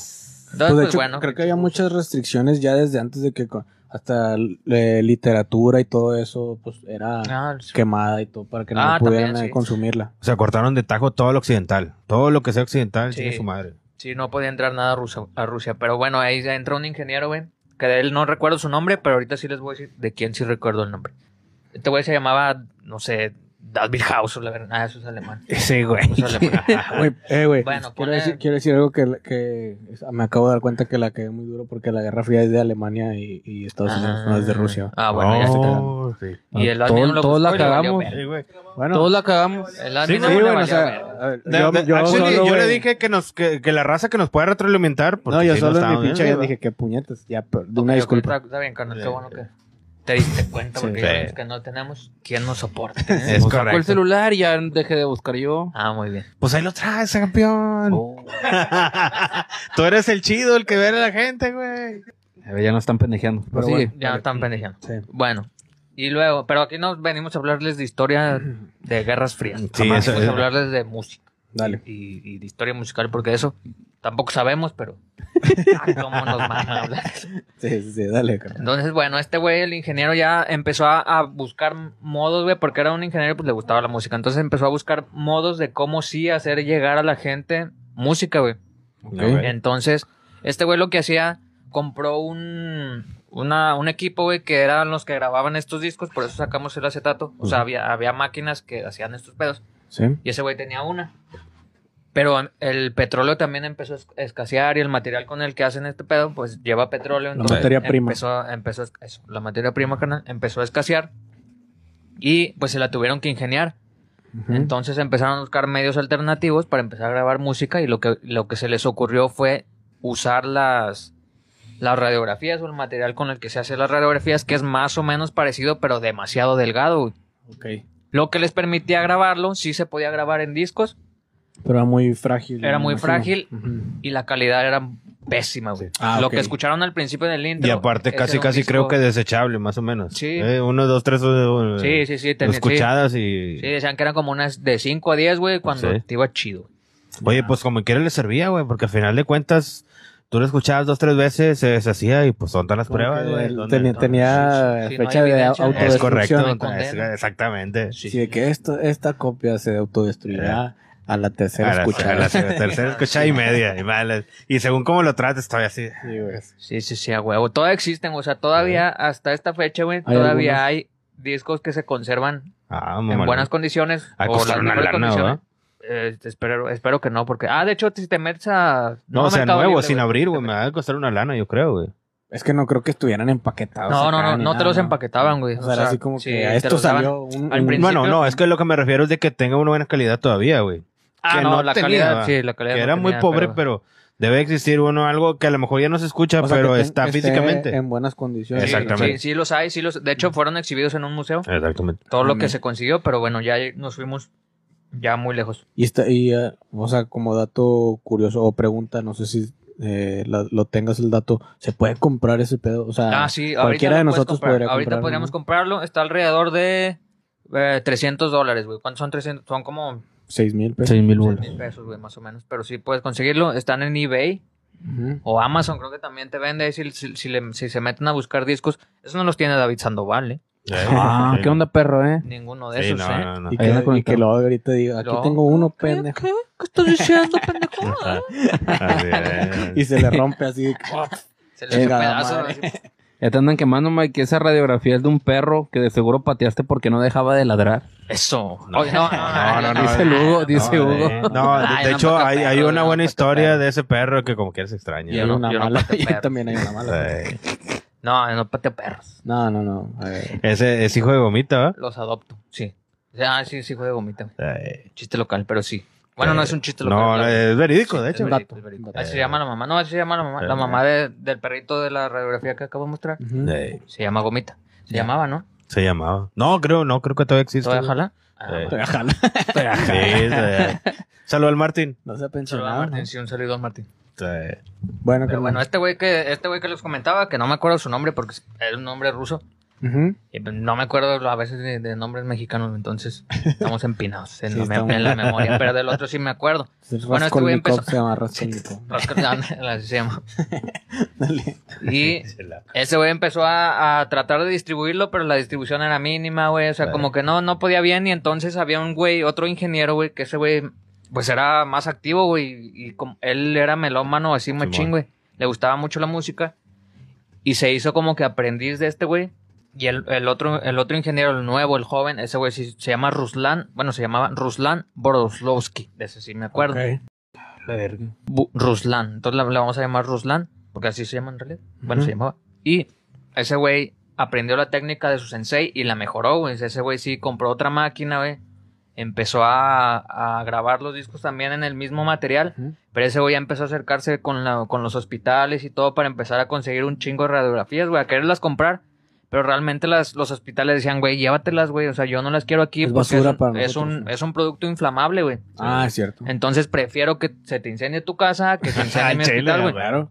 [SPEAKER 2] Entonces,
[SPEAKER 1] Pues, de
[SPEAKER 2] pues,
[SPEAKER 1] hecho,
[SPEAKER 2] bueno.
[SPEAKER 1] creo que había muchas restricciones ya desde antes de que co- hasta eh, literatura y todo eso, pues era
[SPEAKER 2] Ah, sí.
[SPEAKER 1] quemada y todo para que no
[SPEAKER 2] Ah,
[SPEAKER 1] pudieran
[SPEAKER 2] también,
[SPEAKER 1] eh,
[SPEAKER 2] sí.
[SPEAKER 1] consumirla.
[SPEAKER 3] O sea, cortaron de tajo todo lo occidental. Todo lo que sea occidental,
[SPEAKER 2] Sí.
[SPEAKER 3] tiene su madre.
[SPEAKER 2] Sí, no podía entrar nada a Rusia, a Rusia. Pero bueno, ahí entró un ingeniero, güey. Que de él no recuerdo su nombre, pero ahorita sí les voy a decir de quién sí recuerdo el nombre. Este güey se llamaba, no sé, David House, la verdad. Ah, eso
[SPEAKER 1] <laughs>
[SPEAKER 2] es alemán.
[SPEAKER 3] Ese, güey.
[SPEAKER 2] Eso es
[SPEAKER 4] <laughs>
[SPEAKER 2] alemán.
[SPEAKER 1] Güey, eh, güey,
[SPEAKER 2] Bueno,
[SPEAKER 1] quiero,
[SPEAKER 2] ponle-
[SPEAKER 1] decir, quiero decir algo que, que me acabo de dar cuenta que la quedé muy duro porque la Guerra Fría es de Alemania y, y Estados Unidos, no es de Rusia.
[SPEAKER 2] Ah, bueno, ya se quedaron.
[SPEAKER 3] Oh, sí.
[SPEAKER 2] Y el
[SPEAKER 4] Todo-
[SPEAKER 2] admin lo
[SPEAKER 4] todos la
[SPEAKER 2] buscó y le valió
[SPEAKER 4] cagamos.
[SPEAKER 2] verga.
[SPEAKER 3] Sí, güey.
[SPEAKER 1] Bueno,
[SPEAKER 4] Todos la cagamos.
[SPEAKER 2] El admin
[SPEAKER 3] Sí,
[SPEAKER 2] no
[SPEAKER 3] sí,
[SPEAKER 2] le
[SPEAKER 3] bueno,
[SPEAKER 2] valió
[SPEAKER 1] o sea,
[SPEAKER 2] verga.
[SPEAKER 1] a ver,
[SPEAKER 3] De- de- actually, yo,
[SPEAKER 1] solo, güey,
[SPEAKER 3] le dije que, nos, que, que la raza que nos puede retroalimentar. porque
[SPEAKER 1] No, yo
[SPEAKER 3] sí
[SPEAKER 1] solo en
[SPEAKER 3] estaba
[SPEAKER 1] mi pinche
[SPEAKER 3] bien,
[SPEAKER 1] vida
[SPEAKER 3] güey.
[SPEAKER 1] dije que puñetas, ya, pero- de una
[SPEAKER 2] Ok, ok,
[SPEAKER 1] disculpa.
[SPEAKER 2] Está, está bien, carnal, qué
[SPEAKER 3] Sí.
[SPEAKER 2] bueno que te diste cuenta,
[SPEAKER 1] Sí.
[SPEAKER 2] porque
[SPEAKER 3] Sí.
[SPEAKER 2] los que no tenemos, ¿quién nos soporta?
[SPEAKER 3] <laughs> Es
[SPEAKER 4] Sacó el
[SPEAKER 3] correcto.
[SPEAKER 4] celular y ya dejé de buscar yo.
[SPEAKER 2] ah, muy bien.
[SPEAKER 3] Pues ahí lo traes, campeón.
[SPEAKER 4] Oh.
[SPEAKER 3] <laughs> Tú eres el chido, el que ve a la gente, güey.
[SPEAKER 4] A ver, ya nos están pendejeando.
[SPEAKER 1] Pero
[SPEAKER 4] Sigue.
[SPEAKER 1] bueno.
[SPEAKER 2] Ya no están pendejando.
[SPEAKER 1] Sí.
[SPEAKER 2] Bueno, y luego, pero aquí nos venimos a hablarles de historia de guerras frías.
[SPEAKER 3] Sí,
[SPEAKER 2] Jamás
[SPEAKER 3] eso-
[SPEAKER 2] venimos
[SPEAKER 3] eso-
[SPEAKER 2] a hablarles de música
[SPEAKER 1] Dale.
[SPEAKER 2] y, y de historia musical, porque eso tampoco sabemos, pero.
[SPEAKER 1] <laughs>
[SPEAKER 2] <laughs> Ah, cómo nos mandan a hablar.
[SPEAKER 1] Sí, sí, sí, dale, carnal.
[SPEAKER 2] Entonces, bueno, este güey, el ingeniero, ya empezó a, a buscar modos, güey, porque era un ingeniero, pues le gustaba la música. Entonces empezó a buscar modos de cómo sí hacer llegar a la gente música, güey.
[SPEAKER 3] Ok.
[SPEAKER 2] Entonces, este güey lo que hacía, compró un, una- un equipo, güey, que eran los que grababan estos discos, por eso sacamos el acetato. O sea, había, había máquinas que hacían estos pedos.
[SPEAKER 1] Sí.
[SPEAKER 2] Y ese güey tenía una. Pero el petróleo también empezó a esc- escasear y el material con el que hacen este pedo, pues lleva petróleo. entonces
[SPEAKER 1] materia prima.
[SPEAKER 2] Empezó, empezó a esc- eso, la materia prima, carnal, empezó a escasear. Y pues se la tuvieron que ingeniar.
[SPEAKER 1] Ujú.
[SPEAKER 2] Entonces empezaron a buscar medios alternativos para empezar a grabar música y lo que, lo que se les ocurrió fue usar las, las radiografías o el material con el que se hacen las radiografías, que es más o menos parecido pero demasiado delgado. güey.
[SPEAKER 1] Ok.
[SPEAKER 2] Lo que les permitía grabarlo, sí se podía grabar en discos
[SPEAKER 1] Pero era muy frágil.
[SPEAKER 2] Era
[SPEAKER 1] me
[SPEAKER 2] muy
[SPEAKER 1] imagino.
[SPEAKER 2] frágil.
[SPEAKER 1] Ujú.
[SPEAKER 2] y la calidad era pésima, güey.
[SPEAKER 1] Ah,
[SPEAKER 2] Lo
[SPEAKER 1] ok.
[SPEAKER 2] que escucharon al principio del intro.
[SPEAKER 3] Y aparte,
[SPEAKER 2] ese
[SPEAKER 3] casi,
[SPEAKER 2] era un
[SPEAKER 3] casi
[SPEAKER 2] disco-
[SPEAKER 3] creo que desechable, más o menos.
[SPEAKER 2] Sí.
[SPEAKER 3] Eh, uno, dos, tres. eh,
[SPEAKER 2] Sí, sí, sí. tenía- sí.
[SPEAKER 3] Escuchadas
[SPEAKER 2] Sí,
[SPEAKER 3] y.
[SPEAKER 2] decían que eran como unas de 5 a 10, güey, cuando
[SPEAKER 3] Sí.
[SPEAKER 2] te iba chido.
[SPEAKER 3] Oye, pues como quiera le servía, güey, porque al final de cuentas tú lo escuchabas dos, tres veces, se deshacía y pues son todas las
[SPEAKER 1] Como
[SPEAKER 3] pruebas,
[SPEAKER 1] que
[SPEAKER 3] güey.
[SPEAKER 1] el-
[SPEAKER 3] ¿Dónde-
[SPEAKER 1] tenía,
[SPEAKER 3] dónde-
[SPEAKER 1] tenía
[SPEAKER 2] Sí, sí, no hay
[SPEAKER 1] fecha de
[SPEAKER 2] evidencia. Es
[SPEAKER 1] autodestrucción.
[SPEAKER 3] Es correcto,
[SPEAKER 2] no hay
[SPEAKER 3] es-
[SPEAKER 2] condena.
[SPEAKER 3] exactamente.
[SPEAKER 1] Sí, de que esto, esta copia se autodestruirá a la tercera
[SPEAKER 3] A la-
[SPEAKER 1] escuchada.
[SPEAKER 3] a la tercera escuchada y media. Y, mala. y según cómo lo trates, todavía así.
[SPEAKER 1] Sí, güey.
[SPEAKER 2] Sí, sí, sí, a huevo. Todavía existen, o sea, todavía hasta esta fecha, güey, todavía
[SPEAKER 1] algunos.
[SPEAKER 2] hay discos que se conservan
[SPEAKER 3] Ah,
[SPEAKER 2] en
[SPEAKER 3] mamá.
[SPEAKER 2] buenas condiciones.
[SPEAKER 3] Ha
[SPEAKER 2] o las
[SPEAKER 3] costado una
[SPEAKER 2] mejores
[SPEAKER 3] lana,
[SPEAKER 2] condiciones. Eh, espero, espero que no, porque... Ah, de hecho, si te metes a...
[SPEAKER 3] No, o sea,
[SPEAKER 2] Mercado
[SPEAKER 3] nuevo,
[SPEAKER 2] Libre,
[SPEAKER 3] sin
[SPEAKER 2] güey.
[SPEAKER 3] abrir, güey. Me va a costar una lana, yo creo, güey.
[SPEAKER 1] Es que no creo que estuvieran empaquetados.
[SPEAKER 2] No, no,
[SPEAKER 1] acá
[SPEAKER 2] no,
[SPEAKER 1] ni
[SPEAKER 2] no te
[SPEAKER 1] nada,
[SPEAKER 2] los empaquetaban, güey.
[SPEAKER 1] O sea, era así como
[SPEAKER 2] sí,
[SPEAKER 1] que a
[SPEAKER 2] te
[SPEAKER 1] esto
[SPEAKER 2] los daban.
[SPEAKER 1] salió un,
[SPEAKER 2] al
[SPEAKER 1] un-
[SPEAKER 2] principio.
[SPEAKER 3] Bueno, no, es que lo que me refiero es de que tenga una buena calidad todavía, güey.
[SPEAKER 2] Ah,
[SPEAKER 3] que
[SPEAKER 2] no,
[SPEAKER 3] no
[SPEAKER 2] la
[SPEAKER 3] tenía,
[SPEAKER 2] calidad,
[SPEAKER 3] va.
[SPEAKER 2] sí, la calidad.
[SPEAKER 3] Que
[SPEAKER 2] no
[SPEAKER 3] era muy
[SPEAKER 2] tenía,
[SPEAKER 3] pobre, pero debe existir uno algo que a lo mejor ya no se escucha,
[SPEAKER 1] o sea,
[SPEAKER 3] pero
[SPEAKER 1] que te-
[SPEAKER 3] está
[SPEAKER 2] este,
[SPEAKER 1] esté
[SPEAKER 3] físicamente.
[SPEAKER 2] em,
[SPEAKER 1] En buenas condiciones.
[SPEAKER 2] Sí,
[SPEAKER 3] Exactamente.
[SPEAKER 2] Sí, sí los hay, sí los... De hecho, fueron exhibidos en un museo,
[SPEAKER 3] Exactamente.
[SPEAKER 2] todo lo que
[SPEAKER 1] Mames.
[SPEAKER 2] se consiguió, pero bueno, ya nos fuimos ya muy lejos.
[SPEAKER 1] Y, está, y eh, o sea, como dato curioso o pregunta, no sé si eh, la- lo tengas el dato, ¿se puede comprar ese pedo? O sea,
[SPEAKER 2] Ah, sí, ahorita
[SPEAKER 1] cualquiera
[SPEAKER 2] lo
[SPEAKER 1] de
[SPEAKER 2] puedes
[SPEAKER 1] nosotros
[SPEAKER 2] comprar.
[SPEAKER 1] podría
[SPEAKER 2] Ahorita
[SPEAKER 1] comprarlo,
[SPEAKER 2] podríamos
[SPEAKER 1] ¿no?
[SPEAKER 2] comprarlo. Está alrededor de eh, 300 dólares, güey. ¿Cuántos son 300? Son como
[SPEAKER 1] seis mil pesos.
[SPEAKER 4] 6,000 bolas.
[SPEAKER 2] 6 mil pesos, güey, más o menos. Pero sí puedes conseguirlo. Están en eBay
[SPEAKER 1] Ujú.
[SPEAKER 2] o Amazon, creo que también te vende. ahí Si, si, si le- si se meten a buscar discos, eso no los tiene David Sandoval, ¿eh?
[SPEAKER 4] Ah, ¿qué onda, perro, eh?
[SPEAKER 2] Ninguno de
[SPEAKER 3] Sí,
[SPEAKER 2] esos,
[SPEAKER 3] no,
[SPEAKER 2] ¿eh?
[SPEAKER 3] no, no.
[SPEAKER 1] Y,
[SPEAKER 4] Ahí
[SPEAKER 1] que,
[SPEAKER 4] anda
[SPEAKER 1] y que
[SPEAKER 4] conectado.
[SPEAKER 1] lo haga ahorita y diga, aquí
[SPEAKER 2] No.
[SPEAKER 1] tengo uno,
[SPEAKER 2] ¿Qué?
[SPEAKER 1] pendejo.
[SPEAKER 2] ¿Qué? ¿Qué estás diciendo, pendejo?
[SPEAKER 3] Así es.
[SPEAKER 2] <laughs>
[SPEAKER 1] Y se le rompe así. de que,
[SPEAKER 2] Se le hace
[SPEAKER 1] Chingada
[SPEAKER 2] pedazo.
[SPEAKER 1] madre.
[SPEAKER 2] así.
[SPEAKER 4] Ya te andan quemando, Mike, que esa radiografía es de un perro que de seguro pateaste porque no dejaba de ladrar.
[SPEAKER 2] Eso.
[SPEAKER 3] No.
[SPEAKER 2] Oye, no, no,
[SPEAKER 3] No, no, no.
[SPEAKER 4] dice Lugo, dice
[SPEAKER 3] no,
[SPEAKER 4] Hugo.
[SPEAKER 3] de- no, de,
[SPEAKER 2] Ay,
[SPEAKER 3] de
[SPEAKER 2] no,
[SPEAKER 3] hecho,
[SPEAKER 2] paca
[SPEAKER 3] hay, hay
[SPEAKER 2] perro,
[SPEAKER 3] una
[SPEAKER 2] no,
[SPEAKER 3] buena
[SPEAKER 2] paca
[SPEAKER 3] historia
[SPEAKER 2] perro.
[SPEAKER 3] de ese perro que como quieras extraña.
[SPEAKER 2] Yo
[SPEAKER 1] Hay
[SPEAKER 2] no-
[SPEAKER 1] una
[SPEAKER 2] yo no
[SPEAKER 1] mala. <laughs>
[SPEAKER 2] pateo
[SPEAKER 1] Yo
[SPEAKER 2] perros.
[SPEAKER 1] también hay una mala.
[SPEAKER 3] Ay,
[SPEAKER 2] No, no pateo perros.
[SPEAKER 1] No, no, no. eh,
[SPEAKER 3] Ese es hijo de gomita, ¿va?
[SPEAKER 2] Los adopto, sí. Ah, sí, sí, juego de gomita.
[SPEAKER 3] Ay, eh,
[SPEAKER 2] Chiste local, pero sí. Bueno, no es un chiste local.
[SPEAKER 3] No, no,
[SPEAKER 2] claro.
[SPEAKER 3] es verídico, de
[SPEAKER 2] Es
[SPEAKER 3] hecho.
[SPEAKER 1] verdad.
[SPEAKER 2] verídico, es verídico.
[SPEAKER 1] Dato.
[SPEAKER 2] Así se llama la mamá. No, así se llama la mamá. La
[SPEAKER 3] Eh.
[SPEAKER 2] mamá de- del perrito de la radiografía que acabo de mostrar.
[SPEAKER 1] ujú.
[SPEAKER 3] Ay,
[SPEAKER 2] Se llama Gomita. Se
[SPEAKER 1] Ya.
[SPEAKER 2] llamaba, ¿no?
[SPEAKER 3] se llamaba. No, creo, no, creo que todavía existe.
[SPEAKER 2] ¿Todavía
[SPEAKER 3] güey.
[SPEAKER 2] jala? Ah,
[SPEAKER 3] Eh.
[SPEAKER 1] Te voy a jalar.
[SPEAKER 3] Sí, todavía.
[SPEAKER 2] <laughs>
[SPEAKER 3] Salud al Martín.
[SPEAKER 1] <laughs> No se ha
[SPEAKER 2] Saludos,
[SPEAKER 1] pensionado. ¿no?
[SPEAKER 2] Martín. Sí, un saludo al Martín.
[SPEAKER 3] Ay,
[SPEAKER 1] Bueno,
[SPEAKER 2] Pero
[SPEAKER 1] carnal.
[SPEAKER 2] bueno, este güey que, este güey que les comentaba, que no me acuerdo su nombre porque era un nombre ruso.
[SPEAKER 1] Ujú.
[SPEAKER 2] Y pues no me acuerdo a veces de, de nombres mexicanos, entonces estamos empinados en,
[SPEAKER 1] Sí,
[SPEAKER 2] la, me-
[SPEAKER 1] estamos.
[SPEAKER 2] en la memoria, pero del otro sí me acuerdo.
[SPEAKER 1] Es
[SPEAKER 2] Bueno, este güey
[SPEAKER 1] Raskolnikov,
[SPEAKER 2] empezó-
[SPEAKER 1] se llama
[SPEAKER 2] <laughs>
[SPEAKER 1] Raskolnikov.
[SPEAKER 2] Oscar, ándale, así
[SPEAKER 1] <laughs>
[SPEAKER 2] se llama.
[SPEAKER 1] Dale.
[SPEAKER 2] Y
[SPEAKER 3] se la-
[SPEAKER 2] Ese güey empezó a, a tratar de distribuirlo, pero la distribución era mínima, güey. O sea,
[SPEAKER 3] Claro.
[SPEAKER 2] como que no, no podía bien. Y entonces había un güey, otro ingeniero, güey, que ese güey, pues era más activo, güey. Y como- él era melómano, así machín,
[SPEAKER 3] Simón.
[SPEAKER 2] güey. Le gustaba mucho la música. Y se hizo como que aprendiz de este güey. Y el, el otro, el otro ingeniero, el nuevo, el joven, ese güey sí- se llama Ruslan, bueno, se llamaba Ruslan Boroslovsky. De ese sí me acuerdo.
[SPEAKER 1] <laughs> Ok.
[SPEAKER 2] Bu- Ruslan. Entonces la- le vamos a llamar Ruslan, porque así se llama en realidad. Bueno,
[SPEAKER 1] Ujú.
[SPEAKER 2] se llamaba. Y ese güey aprendió la técnica de su sensei y la mejoró, güey. Ese güey sí compró otra máquina, güey. Empezó a, a grabar los discos también en el mismo material.
[SPEAKER 1] Ujú.
[SPEAKER 2] Pero ese güey ya empezó a acercarse con, la- con los hospitales y todo para empezar a conseguir un chingo de radiografías, güey, a quererlas comprar. Pero realmente las, los hospitales decían, güey, llévatelas, güey. O sea, yo no las quiero aquí.
[SPEAKER 1] Es
[SPEAKER 2] porque
[SPEAKER 1] basura
[SPEAKER 2] es un-
[SPEAKER 1] para
[SPEAKER 2] es un,
[SPEAKER 1] nosotros.
[SPEAKER 2] es un producto inflamable, güey.
[SPEAKER 1] Ah, es cierto.
[SPEAKER 2] Entonces prefiero que se te incendie tu casa, que se incendie mi
[SPEAKER 3] Chela,
[SPEAKER 2] hospital, güey.
[SPEAKER 1] Claro.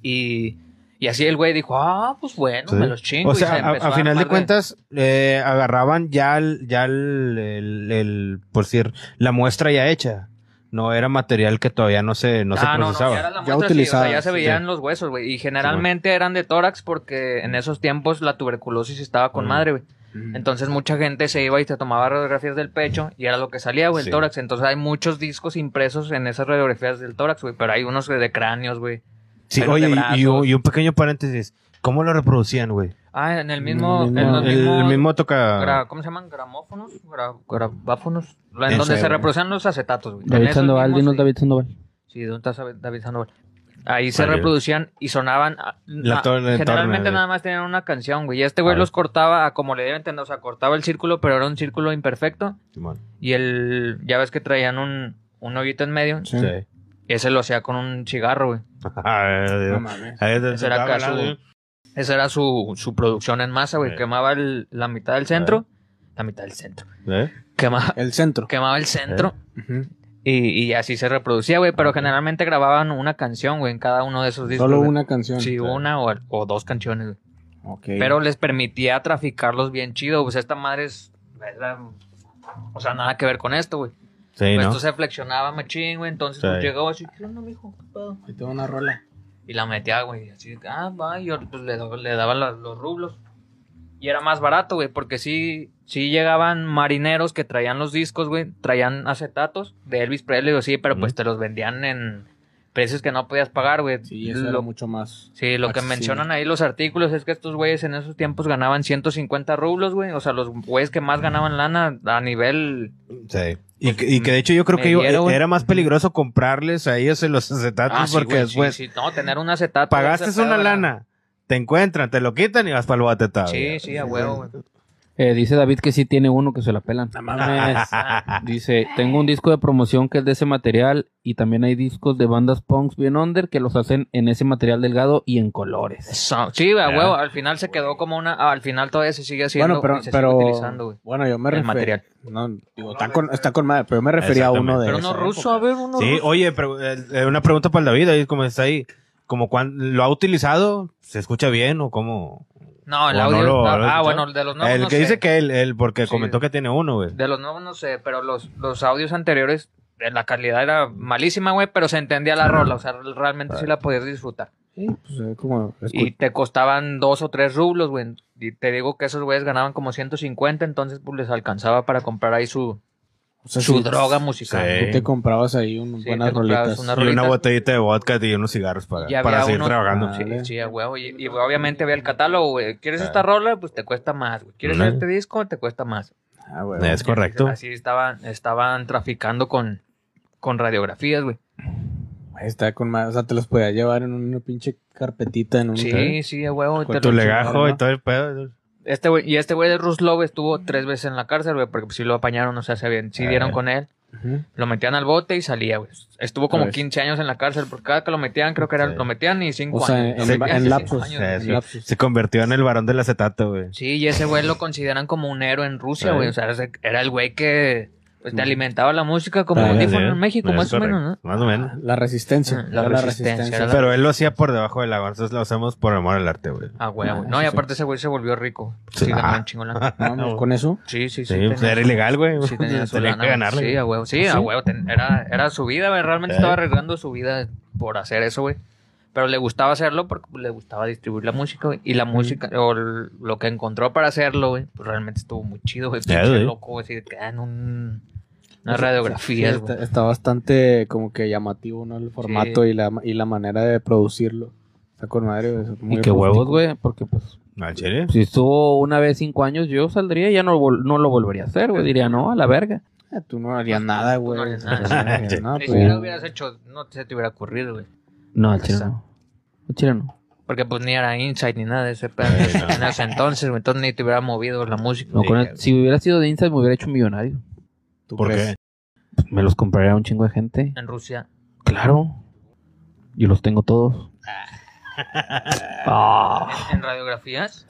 [SPEAKER 2] Y, y así el güey dijo, ah, pues bueno,
[SPEAKER 3] Sí.
[SPEAKER 2] me los chingo.
[SPEAKER 3] O
[SPEAKER 2] y
[SPEAKER 3] sea,
[SPEAKER 2] se
[SPEAKER 3] a,
[SPEAKER 2] empezó
[SPEAKER 3] a final de
[SPEAKER 2] armar
[SPEAKER 3] cuentas, eh, agarraban ya, el, ya el, el- el- por decir, la muestra ya hecha. No era material que todavía no se, no se
[SPEAKER 2] Ah,
[SPEAKER 3] procesaba.
[SPEAKER 2] ya era la
[SPEAKER 1] Ya
[SPEAKER 2] muestra, sí, o sea,
[SPEAKER 1] utilizada,
[SPEAKER 2] ya se
[SPEAKER 1] sí.
[SPEAKER 2] veían los huesos, güey. Y generalmente eran de tórax porque en esos tiempos la tuberculosis estaba con
[SPEAKER 3] Mm.
[SPEAKER 2] madre, güey. Entonces mucha gente se iba y se tomaba radiografías del pecho y era lo que salía, güey, el
[SPEAKER 3] Sí.
[SPEAKER 2] tórax. Entonces hay muchos discos impresos en esas radiografías del tórax, güey. Pero hay unos de cráneos, güey.
[SPEAKER 3] Sí,
[SPEAKER 2] Pero
[SPEAKER 3] oye,
[SPEAKER 2] de
[SPEAKER 3] y- y,
[SPEAKER 2] brazos.
[SPEAKER 3] un- y un pequeño paréntesis. ¿Cómo lo reproducían, güey?
[SPEAKER 2] Ah, en el mismo...
[SPEAKER 1] Mm,
[SPEAKER 2] en
[SPEAKER 1] no,
[SPEAKER 2] los
[SPEAKER 3] El, el
[SPEAKER 2] mismos-
[SPEAKER 3] mismo toca...
[SPEAKER 2] Gra- ¿Cómo se llaman? ¿Gramófonos? Gra- grabáfonos. En
[SPEAKER 3] Ese,
[SPEAKER 2] donde se
[SPEAKER 3] güey.
[SPEAKER 2] reproducen los acetatos, güey. En
[SPEAKER 4] David
[SPEAKER 2] esos
[SPEAKER 4] Sandoval,
[SPEAKER 2] mismos,
[SPEAKER 4] dinos
[SPEAKER 2] sí.
[SPEAKER 4] David Sandoval.
[SPEAKER 2] Sí, ¿dónde está David Sandoval? Ahí se
[SPEAKER 3] Vale.
[SPEAKER 2] reproducían y sonaban. ah,
[SPEAKER 3] La
[SPEAKER 2] ah,
[SPEAKER 3] torre de
[SPEAKER 2] generalmente
[SPEAKER 3] torre,
[SPEAKER 2] nada más tenían una canción, güey. Y este güey
[SPEAKER 3] Vale.
[SPEAKER 2] los cortaba a como le dieron entender. O sea, cortaba el círculo, pero era un círculo imperfecto.
[SPEAKER 3] Simón.
[SPEAKER 2] Y el. Ya ves que traían un, un hoyito en medio.
[SPEAKER 1] Sí.
[SPEAKER 3] Sí. <laughs>
[SPEAKER 2] Ese lo hacía con un cigarro, güey.
[SPEAKER 3] Ay,
[SPEAKER 1] No
[SPEAKER 3] Dios.
[SPEAKER 1] mames.
[SPEAKER 3] Ahí te-
[SPEAKER 2] Ese era
[SPEAKER 3] estaba
[SPEAKER 2] acá
[SPEAKER 3] hablando,
[SPEAKER 2] Esa era su, su producción en masa, güey.
[SPEAKER 3] Sí.
[SPEAKER 2] Quemaba el- la mitad del centro. La mitad del centro.
[SPEAKER 3] ¿eh?
[SPEAKER 2] Quemaba,
[SPEAKER 1] El centro.
[SPEAKER 2] <laughs> quemaba el centro.
[SPEAKER 1] Ujú.
[SPEAKER 2] Y, y así se reproducía, güey. Pero generalmente grababan una canción, güey, en cada uno de esos discos.
[SPEAKER 1] Solo
[SPEAKER 2] güey.
[SPEAKER 1] una canción.
[SPEAKER 2] Sí, una o, o dos canciones, güey.
[SPEAKER 1] Ok.
[SPEAKER 2] Pero les permitía traficarlos bien chido. Pues esta madre es. era- o sea, nada que ver con esto, güey.
[SPEAKER 3] Sí,
[SPEAKER 2] Pues
[SPEAKER 3] ¿no?
[SPEAKER 2] esto se flexionaba machín, güey. Entonces
[SPEAKER 3] Sí.
[SPEAKER 2] pues, llegaba así, ¿qué onda, mijo? ¿Qué pedo?"
[SPEAKER 1] Ahí tengo una rola.
[SPEAKER 2] Y la metía, güey. Así, ah, va. Y yo pues, le, do- le daba la- los rublos. Y era más barato, güey. Porque sí, sí llegaban marineros que traían los discos, güey. Traían acetatos de Elvis Presley o sí, pero pues
[SPEAKER 3] Mm.
[SPEAKER 2] te los vendían en precios que no podías pagar, güey.
[SPEAKER 1] Sí, eso era
[SPEAKER 2] Lo-
[SPEAKER 1] mucho más.
[SPEAKER 2] Sí, lo que
[SPEAKER 1] Accesible.
[SPEAKER 2] mencionan ahí los artículos es que estos güeyes en esos tiempos ganaban 150 rublos, güey. O sea, los güeyes que más ganaban lana a nivel.
[SPEAKER 3] Sí. Y, que- y que de hecho yo creo
[SPEAKER 2] me
[SPEAKER 3] que yo-
[SPEAKER 2] dieron, güey.
[SPEAKER 3] era más peligroso comprarles a ellos en los acetatos
[SPEAKER 2] Ah, sí,
[SPEAKER 3] porque
[SPEAKER 2] güey, sí,
[SPEAKER 3] después
[SPEAKER 2] sí, no, tener un acetato.
[SPEAKER 3] pagaste
[SPEAKER 2] ese
[SPEAKER 3] una
[SPEAKER 2] pedo,
[SPEAKER 3] lana, te encuentran, te lo quitan y vas para el bate
[SPEAKER 2] ¿verdad?
[SPEAKER 3] todavía.
[SPEAKER 2] Sí, sí, a huevo, güey.
[SPEAKER 4] Eh, dice David que sí tiene uno que se la pelan.
[SPEAKER 1] No mames.
[SPEAKER 4] Dice, tengo un disco de promoción que es de ese material y también hay discos de bandas punks bien under que los hacen en ese material delgado y en colores.
[SPEAKER 2] Eso, Sí, a
[SPEAKER 3] Ya.
[SPEAKER 2] huevo. Al final se quedó como una. ah, al final todavía se sigue
[SPEAKER 1] Bueno,
[SPEAKER 2] haciendo.
[SPEAKER 1] pero,
[SPEAKER 2] y se sigue
[SPEAKER 1] pero
[SPEAKER 2] utilizando, güey.
[SPEAKER 1] bueno, yo me
[SPEAKER 2] el
[SPEAKER 1] refería.
[SPEAKER 2] material.
[SPEAKER 1] No, digo, está con, está con madre, pero yo me refería a uno de.
[SPEAKER 2] Pero uno
[SPEAKER 1] esa
[SPEAKER 2] ruso, a
[SPEAKER 1] época.
[SPEAKER 2] ver, uno
[SPEAKER 3] Sí,
[SPEAKER 2] ruso.
[SPEAKER 3] oye, pero, eh, eh, una pregunta para el David, ahí como está ahí. Como cuán, ¿Lo ha utilizado? ¿Se escucha bien o cómo?
[SPEAKER 2] No, el
[SPEAKER 3] o no
[SPEAKER 2] audio. está-
[SPEAKER 3] lo- lo he
[SPEAKER 2] ah,
[SPEAKER 3] escuchado.
[SPEAKER 2] bueno, el de los nuevos.
[SPEAKER 3] el
[SPEAKER 2] no
[SPEAKER 3] que
[SPEAKER 2] sé.
[SPEAKER 3] dice que él, él porque
[SPEAKER 2] Sí.
[SPEAKER 3] comentó que tiene uno, güey.
[SPEAKER 2] De los nuevos no sé, pero los, los audios anteriores, eh, la calidad era malísima, güey, pero se entendía la rola, o sea, realmente sí la podías disfrutar.
[SPEAKER 1] Sí, pues eh, como.
[SPEAKER 2] Y te costaban dos o tres rublos, güey. Y te digo que esos güeyes ganaban como 150, entonces pues les alcanzaba para comprar ahí su,
[SPEAKER 1] O sea,
[SPEAKER 2] su
[SPEAKER 1] sí,
[SPEAKER 2] droga
[SPEAKER 3] Sí.
[SPEAKER 2] musical.
[SPEAKER 1] Tú te comprabas ahí un,
[SPEAKER 2] Sí,
[SPEAKER 1] buenas
[SPEAKER 2] te comprabas
[SPEAKER 1] roletas.
[SPEAKER 2] una
[SPEAKER 3] Y una
[SPEAKER 2] rolitas.
[SPEAKER 3] botellita de vodka y unos cigarros
[SPEAKER 2] Y
[SPEAKER 3] para,
[SPEAKER 2] había
[SPEAKER 3] para seguir
[SPEAKER 2] unos-
[SPEAKER 3] trabajando.
[SPEAKER 1] Ah,
[SPEAKER 2] Sí,
[SPEAKER 1] Vale.
[SPEAKER 2] sí, a huevo. Y, y obviamente ve el catálogo, güey. ¿Quieres
[SPEAKER 3] Ah.
[SPEAKER 2] esta rola? Pues te cuesta más, güey. ¿Quieres
[SPEAKER 3] Ándale.
[SPEAKER 2] este disco? Te cuesta más.
[SPEAKER 1] Ah, güey.
[SPEAKER 3] Es correcto.
[SPEAKER 2] Así estaban, estaban traficando con, con radiografías, güey.
[SPEAKER 1] Ahí Está con más, o sea, te los podía llevar en una pinche carpetita en un
[SPEAKER 2] Sí, sí, a huevo.
[SPEAKER 1] Con
[SPEAKER 2] te
[SPEAKER 3] Tu
[SPEAKER 2] lo-
[SPEAKER 3] legajo y
[SPEAKER 1] ¿no?
[SPEAKER 3] todo el pedo.
[SPEAKER 2] Este güey- y este güey de Ruslov estuvo tres veces en la cárcel, güey, porque si lo apañaron, o sea, se bien, sí
[SPEAKER 3] Ah.
[SPEAKER 1] Eh.
[SPEAKER 2] dieron con él,
[SPEAKER 1] Ujú.
[SPEAKER 2] lo metían al bote y salía, güey. Estuvo como
[SPEAKER 1] Pues.
[SPEAKER 2] 15 años en la cárcel, porque cada que lo metían, creo que era,
[SPEAKER 3] Sí.
[SPEAKER 2] lo metían y 5
[SPEAKER 1] O sea,
[SPEAKER 2] años.
[SPEAKER 1] en-
[SPEAKER 2] Sí,
[SPEAKER 1] en
[SPEAKER 2] hace cinco
[SPEAKER 1] lapsos. eh,
[SPEAKER 2] años,
[SPEAKER 3] Sí,
[SPEAKER 2] güey.
[SPEAKER 3] sí.
[SPEAKER 1] En lapsus.
[SPEAKER 3] Se convirtió en el varón del acetato, güey.
[SPEAKER 2] Sí, y ese güey lo consideran como un héroe en Rusia,
[SPEAKER 3] Sí.
[SPEAKER 2] güey. O sea, ese- era el güey que pues,
[SPEAKER 1] Mm.
[SPEAKER 2] te alimentaba la música como
[SPEAKER 1] Ah,
[SPEAKER 2] audífono
[SPEAKER 3] Sí,
[SPEAKER 2] en México,
[SPEAKER 3] es
[SPEAKER 2] más o menos, ¿no?
[SPEAKER 3] correcto, Más o menos.
[SPEAKER 1] Ah, La resistencia.
[SPEAKER 2] Ah, la
[SPEAKER 1] era La,
[SPEAKER 2] resistencia,
[SPEAKER 1] resistencia.
[SPEAKER 2] <laughs> era
[SPEAKER 3] Pero él lo hacía por debajo del agua, entonces lo hacemos por amor al arte, güey.
[SPEAKER 2] Ah, güey,
[SPEAKER 1] Ah,
[SPEAKER 2] güey. No,
[SPEAKER 1] sí,
[SPEAKER 2] y
[SPEAKER 1] sí.
[SPEAKER 2] aparte ese güey se volvió rico. Sí,
[SPEAKER 3] Ah.
[SPEAKER 2] ganó un chingo de lana.
[SPEAKER 1] No, pues, con eso.
[SPEAKER 2] Sí, sí, sí.
[SPEAKER 3] Sí, pues,
[SPEAKER 2] tenía-
[SPEAKER 3] era ilegal, güey. <laughs>
[SPEAKER 2] sí tenía su
[SPEAKER 3] Tenía
[SPEAKER 2] lana,
[SPEAKER 3] que
[SPEAKER 2] güey.
[SPEAKER 3] ganarle.
[SPEAKER 2] Sí, a huevo. Sí, a
[SPEAKER 1] ¿Sí?
[SPEAKER 2] huevo. ten- Era, era su vida, güey. Realmente
[SPEAKER 3] Eh.
[SPEAKER 2] estaba arriesgando su vida por hacer eso, güey. Pero le gustaba hacerlo porque pues, le gustaba distribuir la música, güey. Y la música, o l- lo que encontró para hacerlo, güey, pues realmente estuvo muy chido, güey.
[SPEAKER 3] Ya,
[SPEAKER 2] Pinche
[SPEAKER 3] güey.
[SPEAKER 2] loco, güey. Así de que ah, en un, unas
[SPEAKER 1] Sí,
[SPEAKER 2] radiografías,
[SPEAKER 1] Pues, sí,
[SPEAKER 2] güey.
[SPEAKER 1] está, está bastante como que llamativo, ¿no? El formato y, la, y la manera de producirlo. Está con madre, güey, es muy
[SPEAKER 4] Y qué
[SPEAKER 1] rústico.
[SPEAKER 4] huevos, güey, porque pues
[SPEAKER 3] ¿Al chile?
[SPEAKER 4] si estuvo una vez cinco años, yo saldría y ya no, vol- no lo volvería a hacer, güey. Diría, no, a la verga.
[SPEAKER 1] Ah, tú no harías nada, güey.
[SPEAKER 2] no harías nada. <laughs>
[SPEAKER 1] O sea, no,
[SPEAKER 2] Ni
[SPEAKER 1] tú-
[SPEAKER 2] siquiera hubieras hecho, no se te hubiera ocurrido, güey.
[SPEAKER 4] No, al chile no. Al chile no.
[SPEAKER 2] Porque pues ni era Insight ni nada de ese pedo
[SPEAKER 3] Sí, no.
[SPEAKER 2] en ese entonces, güey. Entonces ni te hubiera movido la música.
[SPEAKER 4] No,
[SPEAKER 2] güey.
[SPEAKER 4] con el- si hubiera sido de Inside me hubiera hecho millonario.
[SPEAKER 1] ¿tú
[SPEAKER 3] ¿Por
[SPEAKER 1] crees?
[SPEAKER 3] qué?
[SPEAKER 4] Pues, me los compraría a un chingo de gente.
[SPEAKER 2] En Rusia.
[SPEAKER 4] Claro. Yo los tengo todos. Ah,
[SPEAKER 2] ¿En radiografías?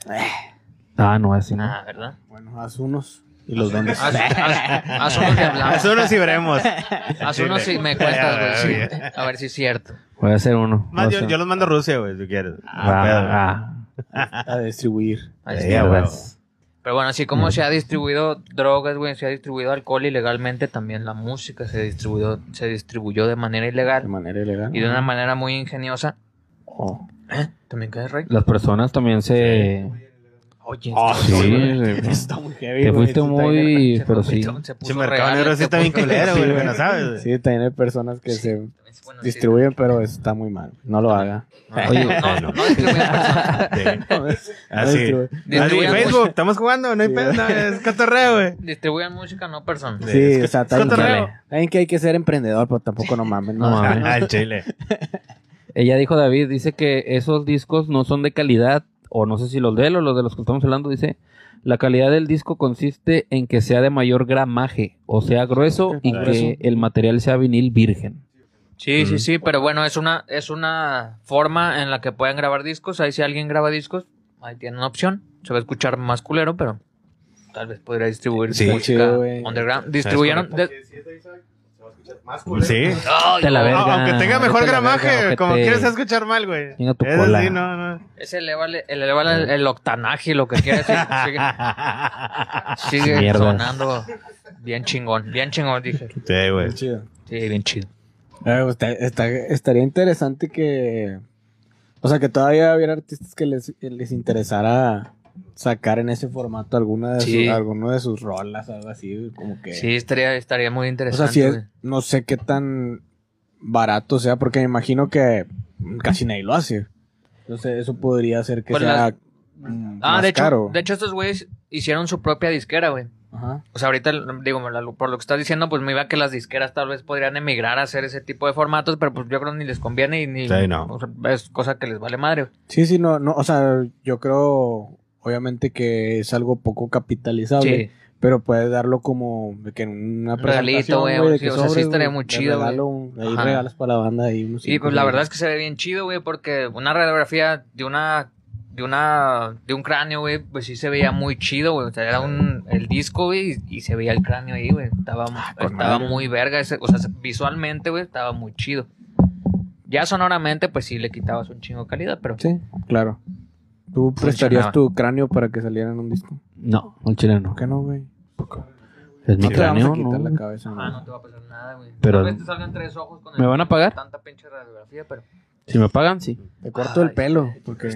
[SPEAKER 4] Ah, no, así no.
[SPEAKER 2] Nada, ¿verdad?
[SPEAKER 1] Bueno, haz unos y los vendes.
[SPEAKER 4] <laughs>
[SPEAKER 2] Haz, haz- haz unos de hablamos.
[SPEAKER 3] Eso no
[SPEAKER 2] <laughs>
[SPEAKER 3] sí veremos.
[SPEAKER 2] Haz unos
[SPEAKER 3] Sí,
[SPEAKER 2] y me
[SPEAKER 3] <laughs> güey.
[SPEAKER 2] cuentas,
[SPEAKER 3] Ah,
[SPEAKER 2] güey.
[SPEAKER 3] bien.
[SPEAKER 2] sí. A ver si es cierto.
[SPEAKER 4] Voy a hacer uno.
[SPEAKER 3] Más,
[SPEAKER 4] voy a
[SPEAKER 3] yo,
[SPEAKER 4] hacer-
[SPEAKER 3] yo los mando a Rusia, güey, si quieres.
[SPEAKER 4] Ah,
[SPEAKER 3] Ah,
[SPEAKER 4] ah,
[SPEAKER 1] a distribuir.
[SPEAKER 2] Ahí
[SPEAKER 3] Sí,
[SPEAKER 2] está.
[SPEAKER 3] a huevo.
[SPEAKER 4] mierdas.
[SPEAKER 2] Pero bueno, así
[SPEAKER 4] Mm.
[SPEAKER 2] como se ha distribuido drogas, güey, se ha distribuido alcohol ilegalmente, también la música se distribuyó, se distribuyó de manera
[SPEAKER 1] De
[SPEAKER 2] ilegal
[SPEAKER 1] manera ilegal.
[SPEAKER 2] y de una manera muy ingeniosa.
[SPEAKER 1] Oh.
[SPEAKER 2] ¿Eh? ¿También caes, Rey?
[SPEAKER 4] Las personas también se...
[SPEAKER 2] Oye,
[SPEAKER 4] Ah, Sí, güey.
[SPEAKER 1] Está muy heavy,
[SPEAKER 4] Te
[SPEAKER 1] güey,
[SPEAKER 4] fuiste
[SPEAKER 1] sí,
[SPEAKER 4] muy...
[SPEAKER 2] se
[SPEAKER 4] pero
[SPEAKER 2] puso-
[SPEAKER 4] sí.
[SPEAKER 2] se puso
[SPEAKER 3] Ese mercado
[SPEAKER 2] real,
[SPEAKER 3] negro sí
[SPEAKER 2] se
[SPEAKER 3] está bien
[SPEAKER 2] puso
[SPEAKER 3] culero,
[SPEAKER 2] real.
[SPEAKER 3] güey, bueno, ¿sabes?
[SPEAKER 2] <laughs>
[SPEAKER 1] Sí, también hay personas que se
[SPEAKER 2] Bueno, sí.
[SPEAKER 1] distribuyen, pero está muy mal. No lo haga.
[SPEAKER 4] Oye,
[SPEAKER 2] No, no, no distribuyen personas. <laughs>
[SPEAKER 3] Sí.
[SPEAKER 2] Ah.
[SPEAKER 1] <laughs>
[SPEAKER 3] Así.
[SPEAKER 1] distribuye.
[SPEAKER 3] Así,
[SPEAKER 2] Distribuyan
[SPEAKER 3] Facebook, estamos jugando, no hay
[SPEAKER 1] Sí.
[SPEAKER 3] pedo, no, es cotorreo, güey.
[SPEAKER 2] Distribuyan música, no personas.
[SPEAKER 1] Sí,
[SPEAKER 3] Es que-
[SPEAKER 1] o sea,
[SPEAKER 3] es
[SPEAKER 1] también,
[SPEAKER 3] cotorreo.
[SPEAKER 1] también que hay que ser emprendedor, pero tampoco no mames. <laughs>
[SPEAKER 4] No
[SPEAKER 1] No,
[SPEAKER 4] mames.
[SPEAKER 3] Ah, Al chile.
[SPEAKER 4] Ella dijo, David, dice que esos discos no son de calidad, o no sé si los de él o los de los que estamos hablando, dice, la calidad del disco consiste en que sea de mayor gramaje, o sea, grueso, y
[SPEAKER 1] Grueso.
[SPEAKER 4] que el material sea vinil virgen.
[SPEAKER 2] Sí,
[SPEAKER 3] Ujú.
[SPEAKER 2] sí, sí, pero bueno, es una, es una forma en la que pueden grabar discos. Ahí si alguien graba discos, ahí tienen una opción. Se va a escuchar más culero, pero tal vez podría distribuir
[SPEAKER 3] Sí.
[SPEAKER 2] música
[SPEAKER 1] Chido, güey.
[SPEAKER 2] underground. Distribuyeron... de-
[SPEAKER 3] Sí.
[SPEAKER 2] ¡Ay,
[SPEAKER 4] Te la
[SPEAKER 2] no!
[SPEAKER 4] verga.
[SPEAKER 3] No, aunque tenga mejor
[SPEAKER 4] Vete a la
[SPEAKER 3] gramaje,
[SPEAKER 4] verga,
[SPEAKER 3] como
[SPEAKER 4] ojete.
[SPEAKER 3] quieres escuchar mal, güey.
[SPEAKER 4] Chinga tu
[SPEAKER 3] Eso
[SPEAKER 4] cola.
[SPEAKER 3] sí, no, no.
[SPEAKER 2] Ese elevale, elevale el, el octanaje, lo que quiera. Sigue,
[SPEAKER 1] <laughs>
[SPEAKER 2] sigue- sigue
[SPEAKER 4] Mierda.
[SPEAKER 2] sonando bien chingón, bien chingón, dije.
[SPEAKER 3] Sí, güey.
[SPEAKER 1] chido.
[SPEAKER 2] Sí, bien chido.
[SPEAKER 1] Eh, pues, está- está- estaría interesante que. O sea, que todavía hubiera artistas que les, que les interesara sacar en ese formato alguna de,
[SPEAKER 2] Sí.
[SPEAKER 1] su- alguno de sus rolas, algo así, güey, como que.
[SPEAKER 2] Sí, estaría, estaría muy
[SPEAKER 1] o sea,
[SPEAKER 2] interesante.
[SPEAKER 1] si es,
[SPEAKER 2] güey.
[SPEAKER 1] no sé qué tan barato sea, porque me imagino que casi nadie lo hace. Entonces, eso podría hacer que
[SPEAKER 2] Pues
[SPEAKER 1] sea.
[SPEAKER 2] las-
[SPEAKER 1] mm,
[SPEAKER 2] Ah,
[SPEAKER 1] más
[SPEAKER 2] de hecho,
[SPEAKER 1] caro.
[SPEAKER 2] de hecho, estos güeyes hicieron su propia disquera, güey.
[SPEAKER 1] Ajá.
[SPEAKER 2] O sea, ahorita, digo, me la- por lo que estás diciendo, pues me iba a que las disqueras tal vez podrían emigrar a hacer ese tipo de formatos, pero pues yo creo ni les conviene y ni.
[SPEAKER 3] Sí, no.
[SPEAKER 2] o sea, es cosa que les vale madre. güey.
[SPEAKER 1] Sí, sí, no, no, o sea, yo creo, obviamente que es algo poco capitalizable.
[SPEAKER 2] Sí.
[SPEAKER 1] Pero puedes darlo como de que en una
[SPEAKER 2] Un regalito,
[SPEAKER 1] presentación,
[SPEAKER 2] güey,
[SPEAKER 1] güey, de
[SPEAKER 2] sí,
[SPEAKER 1] que
[SPEAKER 2] o sea, sí
[SPEAKER 1] sobres,
[SPEAKER 2] estaría
[SPEAKER 1] güey,
[SPEAKER 2] muy
[SPEAKER 1] de
[SPEAKER 2] chido,
[SPEAKER 1] regalo, un- Ahí
[SPEAKER 2] Ajá.
[SPEAKER 1] regalas para la banda y unos
[SPEAKER 2] Y pues la verdad es que se ve bien chido, güey, porque una radiografía de una. De una. De un cráneo, güey, pues sí se veía muy chido, güey. O sea, era un. El disco, güey, y, y se veía el cráneo ahí, güey. Estaba,
[SPEAKER 1] Ah, con
[SPEAKER 2] estaba
[SPEAKER 1] madre.
[SPEAKER 2] muy verga. ese- o sea, visualmente, güey, estaba muy chido. Ya sonoramente, pues sí le quitabas un chingo de calidad, pero.
[SPEAKER 1] Sí, claro. ¿Tú prestarías tu cráneo para que saliera en un disco?
[SPEAKER 4] No, un chileno.
[SPEAKER 1] ¿Por qué no, güey?
[SPEAKER 4] Es mi
[SPEAKER 1] No te vamos
[SPEAKER 4] cráneo,
[SPEAKER 1] a quitar
[SPEAKER 4] ¿no?
[SPEAKER 1] la cabeza,
[SPEAKER 2] Ah, no
[SPEAKER 1] ¿no?
[SPEAKER 2] te va a pasar nada, güey.
[SPEAKER 4] Pero-
[SPEAKER 2] Tal vez te salgan tres ojos con el-
[SPEAKER 4] ¿Me van a pagar?
[SPEAKER 2] Tanta pinche radiografía, pero
[SPEAKER 4] Si me pagan, sí.
[SPEAKER 1] Te corto el
[SPEAKER 2] Ay, este.
[SPEAKER 1] pelo, porque...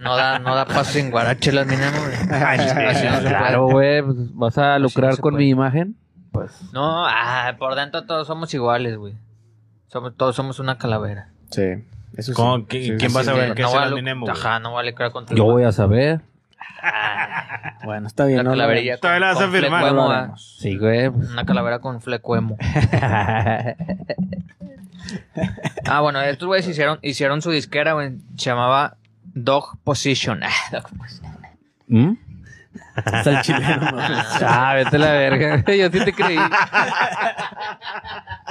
[SPEAKER 2] no da, no da paso sin
[SPEAKER 4] <laughs>
[SPEAKER 2] guarache las minas, güey.
[SPEAKER 3] Al chile.
[SPEAKER 2] Así no se puede.
[SPEAKER 4] Claro, güey, pues, vas a
[SPEAKER 2] Así no
[SPEAKER 4] lucrar
[SPEAKER 2] se
[SPEAKER 4] con
[SPEAKER 2] puede.
[SPEAKER 4] mi imagen. pues.
[SPEAKER 2] No, ah, por dentro todos somos iguales, güey. Somos, todos somos una calavera.
[SPEAKER 1] Sí. Eso sí.
[SPEAKER 3] ¿Cómo? ¿Qui-
[SPEAKER 1] Sí, sí,
[SPEAKER 3] ¿Quién
[SPEAKER 1] sí.
[SPEAKER 3] va a saber
[SPEAKER 2] No
[SPEAKER 3] qué es el
[SPEAKER 2] vale-
[SPEAKER 3] anime, güey?
[SPEAKER 2] Ajá, no vale crear contra
[SPEAKER 4] Yo voy a saber.
[SPEAKER 1] Bueno, está bien.
[SPEAKER 2] Una
[SPEAKER 1] no lo
[SPEAKER 2] calaverilla.
[SPEAKER 1] haremos.
[SPEAKER 3] Todavía la vas a
[SPEAKER 2] con fleco
[SPEAKER 3] firmar.
[SPEAKER 1] No
[SPEAKER 2] emo,
[SPEAKER 1] lo
[SPEAKER 2] ah.
[SPEAKER 1] haremos.
[SPEAKER 4] Sí, güey.
[SPEAKER 2] Una calavera con fleco emo. Ah, bueno, estos güeyes hicieron, hicieron su disquera, güey. Se llamaba Dog Position. Ah, Dog Position.
[SPEAKER 4] ¿Mm?
[SPEAKER 1] <laughs> Está el chileno,
[SPEAKER 2] <laughs>
[SPEAKER 1] ¿no?
[SPEAKER 4] Ah, vete a la verga. Yo sí te creí.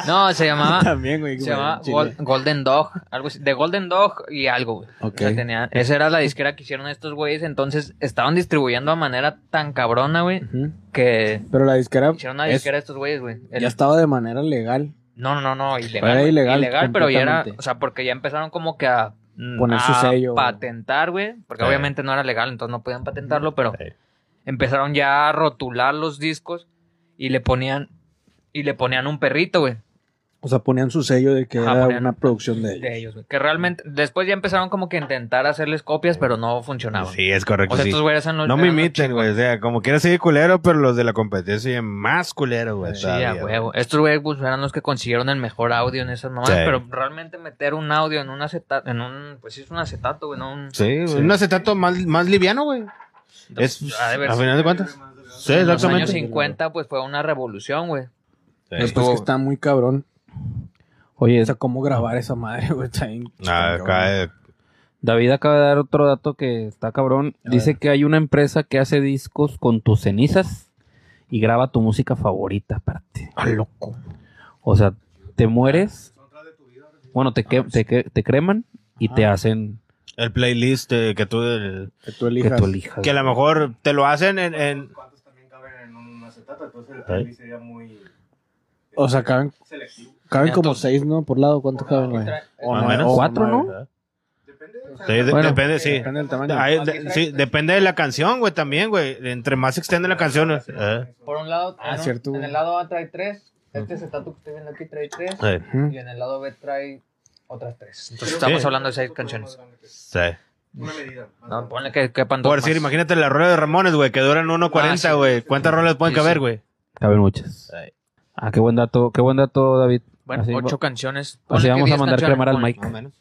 [SPEAKER 2] No,
[SPEAKER 1] <laughs>
[SPEAKER 2] se llamaba,
[SPEAKER 1] <laughs> También, güey.
[SPEAKER 2] se
[SPEAKER 1] güey,
[SPEAKER 2] llamaba
[SPEAKER 1] chile.
[SPEAKER 2] Gol- Golden Dog. Algo así. De Golden Dog y algo, güey.
[SPEAKER 1] Ok.
[SPEAKER 2] O sea, tenía- esa era la disquera que hicieron estos güeyes. Entonces estaban distribuyendo a manera tan cabrona, güey,
[SPEAKER 1] Ujú.
[SPEAKER 2] que
[SPEAKER 1] Pero la disquera,
[SPEAKER 2] hicieron una
[SPEAKER 1] es-
[SPEAKER 2] disquera a estos güeyes, güey. El-
[SPEAKER 1] ya estaba de manera legal.
[SPEAKER 2] No, no, no, no, ilegal.
[SPEAKER 1] Era
[SPEAKER 2] güey.
[SPEAKER 1] ilegal,
[SPEAKER 2] pero ya era,
[SPEAKER 1] completamente.
[SPEAKER 2] o sea, porque ya empezaron como que a mm,
[SPEAKER 1] Poner su
[SPEAKER 2] a
[SPEAKER 1] sello.
[SPEAKER 2] patentar, güey, porque
[SPEAKER 3] Sí.
[SPEAKER 2] obviamente no era legal, entonces no podían patentarlo, pero
[SPEAKER 3] Sí.
[SPEAKER 2] empezaron ya a rotular los discos y le ponían y le ponían un perrito, güey,
[SPEAKER 1] O sea, ponían su sello de que
[SPEAKER 2] Ajá,
[SPEAKER 1] era
[SPEAKER 2] ponían-
[SPEAKER 1] una producción de ellos.
[SPEAKER 2] de ellos, güey, que realmente después ya empezaron como que a intentar hacerles copias, pero no funcionaba.
[SPEAKER 3] Sí, es correcto.
[SPEAKER 2] O sea,
[SPEAKER 3] sí.
[SPEAKER 2] estos güeyes eran los
[SPEAKER 3] No me
[SPEAKER 2] eran los
[SPEAKER 3] imiten, güey. O sea, como quiera seguir culero, pero los de la competencia siguen más culero, güey.
[SPEAKER 2] Sí,
[SPEAKER 3] pues, todavía,
[SPEAKER 2] a huevo. Estos güeyes pues, eran los que consiguieron el mejor audio en esas mamadas,
[SPEAKER 3] Sí.
[SPEAKER 2] pero realmente meter un audio en un acetato, en un, pues sí es un acetato, güey, no un...
[SPEAKER 3] Sí, güey. un acetato más, más liviano, güey. Es,
[SPEAKER 2] Ha de haber
[SPEAKER 3] a
[SPEAKER 2] sido
[SPEAKER 3] final de cuentas. Sí,
[SPEAKER 2] en los años
[SPEAKER 3] exactamente.
[SPEAKER 2] 50, pues fue una revolución, güey.
[SPEAKER 1] Pues
[SPEAKER 3] Sí.
[SPEAKER 1] es que está muy cabrón.
[SPEAKER 4] Oye,
[SPEAKER 1] O sea, cómo grabar esa madre, güey. Está bien
[SPEAKER 3] Ah,
[SPEAKER 1] cabrón.
[SPEAKER 3] acá, eh,
[SPEAKER 4] David acaba de dar otro dato que está cabrón.
[SPEAKER 1] A
[SPEAKER 4] Dice
[SPEAKER 1] ver.
[SPEAKER 4] que hay una empresa que hace discos con tus cenizas y graba tu música favorita, aparte.
[SPEAKER 3] Ah, loco.
[SPEAKER 4] O sea, te mueres. Bueno, te, que- te, que- te creman y te
[SPEAKER 1] Ajá.
[SPEAKER 4] hacen
[SPEAKER 3] El playlist eh, que tú. el-
[SPEAKER 1] Que tú elijas.
[SPEAKER 4] que tú elijas.
[SPEAKER 3] que a lo mejor te lo hacen en. en-
[SPEAKER 5] ¿Cuántos también caben en un acetato? Entonces el
[SPEAKER 3] Ok.
[SPEAKER 5] playlist sería muy
[SPEAKER 1] O sea, caben,
[SPEAKER 5] selectivo.
[SPEAKER 1] caben
[SPEAKER 2] Ya,
[SPEAKER 1] como
[SPEAKER 2] entonces-
[SPEAKER 1] seis, ¿no? Por lado, ¿cuántos
[SPEAKER 5] Por
[SPEAKER 1] caben, güey?
[SPEAKER 5] lado,
[SPEAKER 2] trae-
[SPEAKER 1] O
[SPEAKER 3] Más o
[SPEAKER 1] nueve,
[SPEAKER 3] menos.
[SPEAKER 1] o
[SPEAKER 4] Cuatro,
[SPEAKER 1] nueve.
[SPEAKER 4] ¿no?
[SPEAKER 5] Depende, o sea,
[SPEAKER 3] Sí, de-
[SPEAKER 4] Bueno.
[SPEAKER 3] depende, sí.
[SPEAKER 1] Depende del tamaño.
[SPEAKER 2] Ah,
[SPEAKER 3] Ahí de- sí, depende de la canción, güey, también, güey. Entre más se extiende la canción, güey. Eh,
[SPEAKER 2] Por un lado,
[SPEAKER 1] Ah,
[SPEAKER 2] en, un-
[SPEAKER 1] cierto,
[SPEAKER 2] en
[SPEAKER 1] güey.
[SPEAKER 2] el lado A trae tres. Este acetato que estoy viendo aquí trae tres.
[SPEAKER 3] eh,
[SPEAKER 1] Ujú.
[SPEAKER 2] Y en el lado B trae otras tres. Entonces
[SPEAKER 3] Sí.
[SPEAKER 2] estamos hablando de seis canciones.
[SPEAKER 3] sí.
[SPEAKER 5] Una medida.
[SPEAKER 2] No,
[SPEAKER 5] más grande.
[SPEAKER 2] ponle que quepan dos
[SPEAKER 3] Por decir,
[SPEAKER 2] más.
[SPEAKER 3] imagínate la rola de Ramones, güey, que duran 1.40,
[SPEAKER 2] Ah, sí.
[SPEAKER 3] güey. ¿Cuántas rolas pueden
[SPEAKER 2] Sí, sí.
[SPEAKER 3] caber, güey?
[SPEAKER 4] Caben muchas.
[SPEAKER 3] Ay.
[SPEAKER 4] Ah, qué buen dato, qué buen dato, David.
[SPEAKER 2] Bueno,
[SPEAKER 4] Así,
[SPEAKER 2] ocho
[SPEAKER 4] va-
[SPEAKER 2] canciones.
[SPEAKER 4] Así
[SPEAKER 2] Ponle que
[SPEAKER 4] vamos a
[SPEAKER 2] diez
[SPEAKER 4] mandar
[SPEAKER 2] canciones,
[SPEAKER 4] cremar al
[SPEAKER 2] ponle.
[SPEAKER 4] Mike.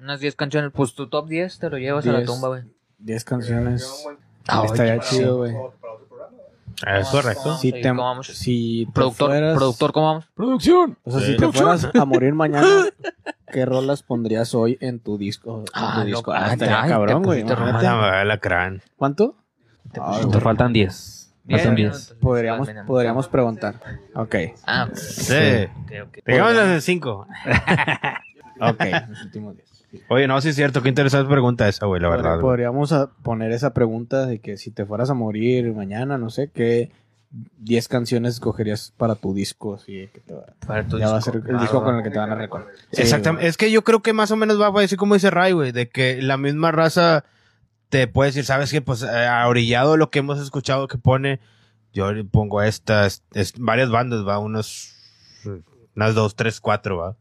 [SPEAKER 2] Unas diez canciones. Pues tu top diez te lo llevas a la
[SPEAKER 1] Diez.
[SPEAKER 2] tumba, güey.
[SPEAKER 1] Diez
[SPEAKER 5] Sería un
[SPEAKER 1] canciones.
[SPEAKER 5] buen-
[SPEAKER 2] Ah,
[SPEAKER 1] Estaría
[SPEAKER 5] para-
[SPEAKER 1] chido, güey.
[SPEAKER 5] para- para otro programa, ¿eh?
[SPEAKER 3] Ah, Es
[SPEAKER 2] Vamos,
[SPEAKER 3] correcto.
[SPEAKER 2] vamos.
[SPEAKER 1] Si
[SPEAKER 2] Sí,
[SPEAKER 1] te,
[SPEAKER 2] ¿cómo vamos?
[SPEAKER 1] si te
[SPEAKER 2] Productor,
[SPEAKER 1] fueras-
[SPEAKER 2] productor, ¿cómo vamos?
[SPEAKER 4] Producción.
[SPEAKER 1] O sea,
[SPEAKER 3] Sí.
[SPEAKER 1] si te fueras a morir
[SPEAKER 2] <laughs>
[SPEAKER 1] mañana, ¿qué rolas pondrías hoy en tu disco? En tu
[SPEAKER 2] Ah,
[SPEAKER 1] disco?
[SPEAKER 2] loco.
[SPEAKER 1] Ah,
[SPEAKER 2] Ah,
[SPEAKER 1] estaría
[SPEAKER 2] ya, te
[SPEAKER 1] cabrón, güey.
[SPEAKER 2] pusiste
[SPEAKER 1] imagínate.
[SPEAKER 3] Ah, güey, Alacrán.
[SPEAKER 1] ¿Cuánto?
[SPEAKER 2] Te
[SPEAKER 1] Ah,
[SPEAKER 2] pusiste-
[SPEAKER 1] güey.
[SPEAKER 4] Te faltan 10.
[SPEAKER 2] Diez,
[SPEAKER 4] Faltan
[SPEAKER 2] ¿no?
[SPEAKER 4] 10.
[SPEAKER 2] Entonces,
[SPEAKER 1] Podríamos,
[SPEAKER 2] vas bien,
[SPEAKER 1] podríamos preguntar. Ok.
[SPEAKER 2] Ah, ok,
[SPEAKER 3] Sí.
[SPEAKER 2] ok, ok.
[SPEAKER 3] Llegamos a las 5.
[SPEAKER 1] Ok.
[SPEAKER 2] <laughs>
[SPEAKER 1] Los últimos diez.
[SPEAKER 3] Oye, no, sí es cierto. Qué interesante pregunta esa, güey, la
[SPEAKER 1] Podría-
[SPEAKER 3] verdad. güey.
[SPEAKER 1] Podríamos a- poner esa pregunta de que si te fueras a morir mañana, no sé, ¿qué 10 canciones escogerías para tu disco? Así que te va-
[SPEAKER 2] Para tu
[SPEAKER 1] ya va a
[SPEAKER 2] disco.
[SPEAKER 1] ser el
[SPEAKER 2] Ah,
[SPEAKER 1] disco
[SPEAKER 2] va,
[SPEAKER 1] con
[SPEAKER 2] va.
[SPEAKER 1] el que te van a recordar. Eh, Sí,
[SPEAKER 3] Exactamente.
[SPEAKER 1] güey.
[SPEAKER 3] Es que yo creo que más o menos va a decir como dice Ray, güey, de que la misma raza te puede decir, ¿sabes qué? Pues eh, a orillado lo que hemos escuchado que pone, yo le pongo estas, es- varias bandas, va, unos, unas dos, tres, cuatro, va.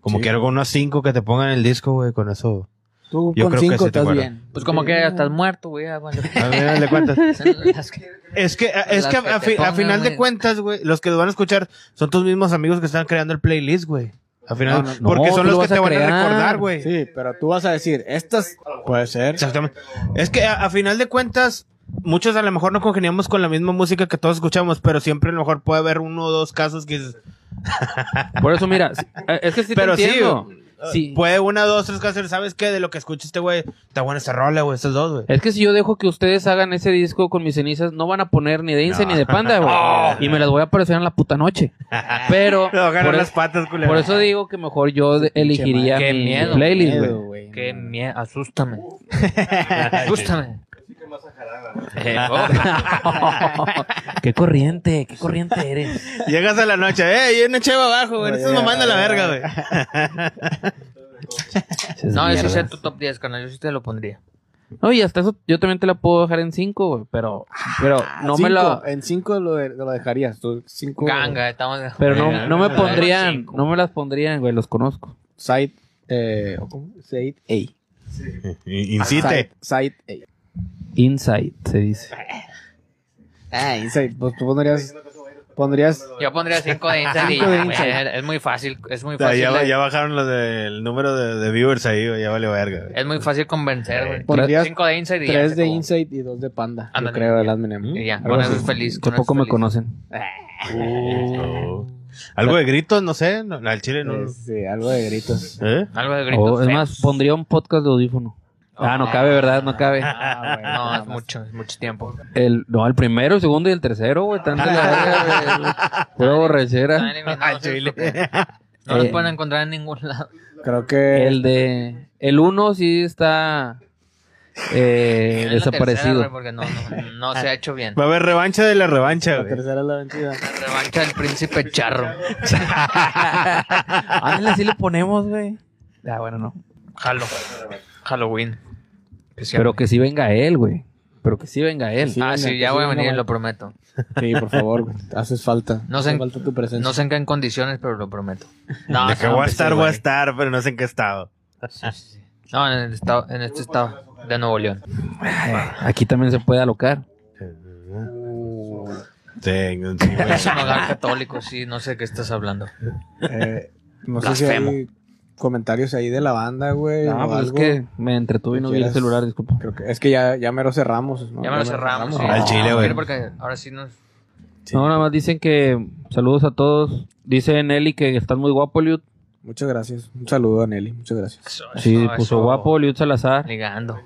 [SPEAKER 3] Como
[SPEAKER 1] Sí.
[SPEAKER 3] que algo, unos cinco que te pongan en el disco, güey, con eso.
[SPEAKER 1] Tú
[SPEAKER 3] yo
[SPEAKER 1] con
[SPEAKER 3] creo que
[SPEAKER 1] 5
[SPEAKER 3] sí te
[SPEAKER 1] estás
[SPEAKER 3] acuerdas.
[SPEAKER 1] bien.
[SPEAKER 2] Pues como que estás muerto, güey. ah, bueno.
[SPEAKER 3] A ver, dale cuenta.
[SPEAKER 2] Las que-
[SPEAKER 3] Es que, es
[SPEAKER 2] Las
[SPEAKER 3] que,
[SPEAKER 2] que
[SPEAKER 3] a,
[SPEAKER 2] te
[SPEAKER 3] fi- a
[SPEAKER 2] pongan,
[SPEAKER 3] final de
[SPEAKER 2] güey.
[SPEAKER 3] cuentas, güey, los que lo van a escuchar son tus mismos amigos que están creando el playlist, güey. A
[SPEAKER 1] No,
[SPEAKER 3] final,
[SPEAKER 1] no,
[SPEAKER 4] no.
[SPEAKER 3] porque
[SPEAKER 4] No,
[SPEAKER 3] son
[SPEAKER 4] tú
[SPEAKER 3] los que
[SPEAKER 4] lo vas a
[SPEAKER 3] te van a
[SPEAKER 4] crear.
[SPEAKER 3] recordar, güey.
[SPEAKER 1] Sí, pero tú vas a decir, estas puede ser.
[SPEAKER 3] Exactamente. Es que a, a final de cuentas, muchos a lo mejor no congeniamos con la misma música que todos escuchamos, pero siempre a lo mejor puede haber uno o dos casos que dices,
[SPEAKER 4] Por eso, mira, si- eh, es que sí te
[SPEAKER 3] Pero sí,
[SPEAKER 4] entiendo. Sí.
[SPEAKER 3] "Ah, puede una, dos, tres canciones, ¿sabes qué? De lo que escucha este güey, está buena esta rola, güey, estas dos, güey.
[SPEAKER 4] Es que si yo dejo que ustedes hagan ese disco con mis cenizas, no van a poner ni de Ince
[SPEAKER 3] No.
[SPEAKER 4] ni de Panda, güey.
[SPEAKER 3] No.
[SPEAKER 2] <laughs>
[SPEAKER 4] Y me las voy a aparecer en la puta noche. Pero
[SPEAKER 3] Te va a agarrar
[SPEAKER 4] por,
[SPEAKER 3] las
[SPEAKER 4] es-
[SPEAKER 3] patas, culero.
[SPEAKER 4] por
[SPEAKER 3] <laughs>
[SPEAKER 4] eso digo que mejor yo de- elegiría
[SPEAKER 2] Qué
[SPEAKER 4] mi
[SPEAKER 2] miedo.
[SPEAKER 4] playlist,
[SPEAKER 1] Miedo,
[SPEAKER 4] güey.
[SPEAKER 1] güey. Ah,
[SPEAKER 2] Qué
[SPEAKER 1] No.
[SPEAKER 2] miedo. Asústame. <laughs> Asústame.
[SPEAKER 5] Así que más ajarada, ¿no?
[SPEAKER 2] <laughs> Eh, oh.
[SPEAKER 4] qué corriente, qué
[SPEAKER 2] <laughs>
[SPEAKER 4] corriente eres.
[SPEAKER 3] Llegas a la noche, eh, yo no cheva abajo, güey,
[SPEAKER 1] Oye,
[SPEAKER 3] estás mamando la
[SPEAKER 1] oye,
[SPEAKER 3] verga,
[SPEAKER 1] oye.
[SPEAKER 3] güey.
[SPEAKER 2] No, ese
[SPEAKER 4] Mierdas.
[SPEAKER 2] es tu top 10, canal. Yo sí te lo pondría.
[SPEAKER 4] No, y hasta eso yo también te la puedo dejar en 5, güey, pero,
[SPEAKER 2] Ah,
[SPEAKER 4] pero no me lo...
[SPEAKER 1] Cinco, En 5 lo, de- lo dejarías. Tú, cinco,
[SPEAKER 2] Ganga, estamos.
[SPEAKER 4] Pero no,
[SPEAKER 2] Eh,
[SPEAKER 3] Venga,
[SPEAKER 4] no me
[SPEAKER 3] venga,
[SPEAKER 4] pondrían,
[SPEAKER 2] venga.
[SPEAKER 4] no me las pondrían, güey, los conozco.
[SPEAKER 1] Side. Eh, ¿cómo? Side A.
[SPEAKER 3] Incite.
[SPEAKER 1] Side, side
[SPEAKER 4] Inside, se dice.
[SPEAKER 1] A. Ah, Inside. Pues tú pondrías. Pondrías.
[SPEAKER 2] Yo pondría 5 de Intel y
[SPEAKER 1] Cinco de
[SPEAKER 2] ya,
[SPEAKER 1] Intel.
[SPEAKER 2] güey, es- es muy fácil, es muy
[SPEAKER 3] O sea,
[SPEAKER 2] fácil.
[SPEAKER 3] ya, ba-
[SPEAKER 2] de-
[SPEAKER 3] ya bajaron los del número de, de viewers ahí, güey, ya vale verga. güey.
[SPEAKER 2] Es muy fácil convencer, güey.
[SPEAKER 1] Pondrías
[SPEAKER 2] 5 de Insight y ya.
[SPEAKER 1] 3
[SPEAKER 2] se
[SPEAKER 1] de
[SPEAKER 2] acabó.
[SPEAKER 1] Insight y 2 de Panda. Yo
[SPEAKER 2] Ándale.
[SPEAKER 1] creo, el Adminem.
[SPEAKER 2] Y ya,
[SPEAKER 1] Algo
[SPEAKER 2] con eso
[SPEAKER 1] así.
[SPEAKER 2] es feliz.
[SPEAKER 4] Que
[SPEAKER 2] con eso
[SPEAKER 4] poco
[SPEAKER 2] es
[SPEAKER 4] me
[SPEAKER 2] feliz.
[SPEAKER 4] conocen.
[SPEAKER 2] Uh.
[SPEAKER 3] Oh. Algo de gritos, no sé, no, al chile no.
[SPEAKER 1] Este, algo de gritos.
[SPEAKER 3] ¿Eh?
[SPEAKER 2] Algo de gritos.
[SPEAKER 4] O, Oh, es
[SPEAKER 2] feos.
[SPEAKER 4] más, pondría un podcast de audífono. Ah, no cabe, ¿verdad? No cabe.
[SPEAKER 2] <laughs>
[SPEAKER 1] Ah, güey,
[SPEAKER 2] No,
[SPEAKER 1] nada
[SPEAKER 2] es
[SPEAKER 1] más.
[SPEAKER 2] mucho, es mucho
[SPEAKER 4] <laughs>
[SPEAKER 2] tiempo.
[SPEAKER 4] El, no, el primero, el segundo y el tercero, güey. Tanto la verga, güey.
[SPEAKER 2] <laughs>
[SPEAKER 4] Pura
[SPEAKER 2] Están
[SPEAKER 4] borrachera.
[SPEAKER 2] eliminados,
[SPEAKER 3] Al
[SPEAKER 2] eso es
[SPEAKER 3] chile.
[SPEAKER 2] lo que- No los
[SPEAKER 4] Eh.
[SPEAKER 2] pueden encontrar en ningún lado.
[SPEAKER 1] Creo que.
[SPEAKER 4] El de. El uno sí está.
[SPEAKER 2] <laughs> Es
[SPEAKER 4] eh,
[SPEAKER 2] la tercera,
[SPEAKER 4] desaparecido.
[SPEAKER 2] güey, porque no, no, no se ha hecho
[SPEAKER 4] <laughs>
[SPEAKER 2] bien.
[SPEAKER 3] Va a haber revancha de la
[SPEAKER 2] Ah,
[SPEAKER 3] revancha,
[SPEAKER 1] La
[SPEAKER 3] güey.
[SPEAKER 1] tercera es la vencida.
[SPEAKER 2] Revancha del príncipe
[SPEAKER 4] <laughs>
[SPEAKER 2] charro.
[SPEAKER 4] Ándale, Ah, sí le ponemos, güey. Ah, bueno, no.
[SPEAKER 2] Halo. Halloween. Que sea-
[SPEAKER 4] Pero que sí venga él, güey. Pero que sí venga él.
[SPEAKER 1] Sí.
[SPEAKER 2] Ah,
[SPEAKER 1] venga,
[SPEAKER 2] sí,
[SPEAKER 1] que
[SPEAKER 2] ya
[SPEAKER 4] pues
[SPEAKER 2] voy a
[SPEAKER 1] venga,
[SPEAKER 2] venir,
[SPEAKER 1] güey.
[SPEAKER 2] lo prometo.
[SPEAKER 1] Sí, por favor, güey, haces falta.
[SPEAKER 2] No sé-
[SPEAKER 1] Hace falta tu presencia.
[SPEAKER 2] No sé en qué condiciones, pero lo prometo. No,
[SPEAKER 3] De que
[SPEAKER 2] no,
[SPEAKER 3] voy a
[SPEAKER 2] hombre,
[SPEAKER 3] estar,
[SPEAKER 2] sí,
[SPEAKER 3] voy a
[SPEAKER 2] güey.
[SPEAKER 3] estar, pero no sé en qué estado.
[SPEAKER 2] No, en, el estado, en este estado de Nuevo León.
[SPEAKER 4] Ah, Aquí también se puede alocar.
[SPEAKER 3] Tengo- sí, güey.
[SPEAKER 2] Es un hogar católico, sí, no sé qué estás hablando.
[SPEAKER 1] Eh, no sé si
[SPEAKER 2] Blasfemo.
[SPEAKER 1] hay comentarios ahí de la banda,
[SPEAKER 2] Eh,
[SPEAKER 1] güey.
[SPEAKER 4] Ah,
[SPEAKER 1] o
[SPEAKER 4] pues es
[SPEAKER 1] algo.
[SPEAKER 4] que me entretuve y no vi el
[SPEAKER 1] ¿Quieres?
[SPEAKER 4] celular, disculpa.
[SPEAKER 1] Creo que es que ya, ya mero cerramos. ¿no?
[SPEAKER 2] Ya me lo cerramos. sí.
[SPEAKER 3] Al
[SPEAKER 2] No,
[SPEAKER 3] chile, güey.
[SPEAKER 2] Porque ahora sí nos...
[SPEAKER 3] Sí.
[SPEAKER 4] No, nada más dicen que saludos a todos. Dice Nelly que estás muy guapo, Liut.
[SPEAKER 1] Muchas gracias. Un saludo a Nelly. Muchas gracias.
[SPEAKER 4] Sí,
[SPEAKER 2] eso-
[SPEAKER 4] puso guapo, Liut Salazar.
[SPEAKER 2] Ligando.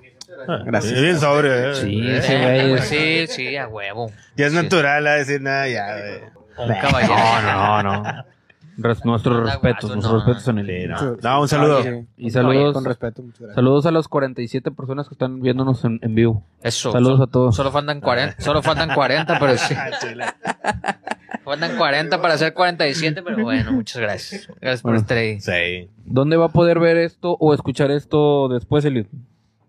[SPEAKER 1] Gracias.
[SPEAKER 3] Sí, bien sobrio, eh.
[SPEAKER 4] Sí,
[SPEAKER 3] Eh,
[SPEAKER 4] ese güey
[SPEAKER 2] pues
[SPEAKER 4] es-
[SPEAKER 2] sí, sí, a huevo.
[SPEAKER 3] Ya es
[SPEAKER 2] Sí.
[SPEAKER 3] natural a decir nada, ya, güey.
[SPEAKER 2] Un caballero.
[SPEAKER 4] No, no, no. Res- nuestros
[SPEAKER 2] Anda,
[SPEAKER 4] respetos,
[SPEAKER 2] guaso,
[SPEAKER 4] nuestros
[SPEAKER 2] no.
[SPEAKER 4] respetos a
[SPEAKER 3] Sí,
[SPEAKER 4] Nelly.
[SPEAKER 3] no. No, un saludo.
[SPEAKER 1] Sí.
[SPEAKER 4] Y
[SPEAKER 1] Con
[SPEAKER 4] saludos,
[SPEAKER 1] respeto, muchas gracias.
[SPEAKER 4] saludos a las 47 personas que están viéndonos en, en vivo.
[SPEAKER 2] Eso.
[SPEAKER 4] Saludos
[SPEAKER 2] so-
[SPEAKER 4] a todos.
[SPEAKER 2] Solo faltan 40, solo faltan 40, pero <laughs> sí.
[SPEAKER 3] Al chile.
[SPEAKER 2] Faltan 40 para hacer 47, pero bueno, muchas gracias. Gracias por
[SPEAKER 4] Bueno.
[SPEAKER 2] estar ahí.
[SPEAKER 3] Sí.
[SPEAKER 4] ¿Dónde va a poder ver esto o escuchar esto después, Eliud?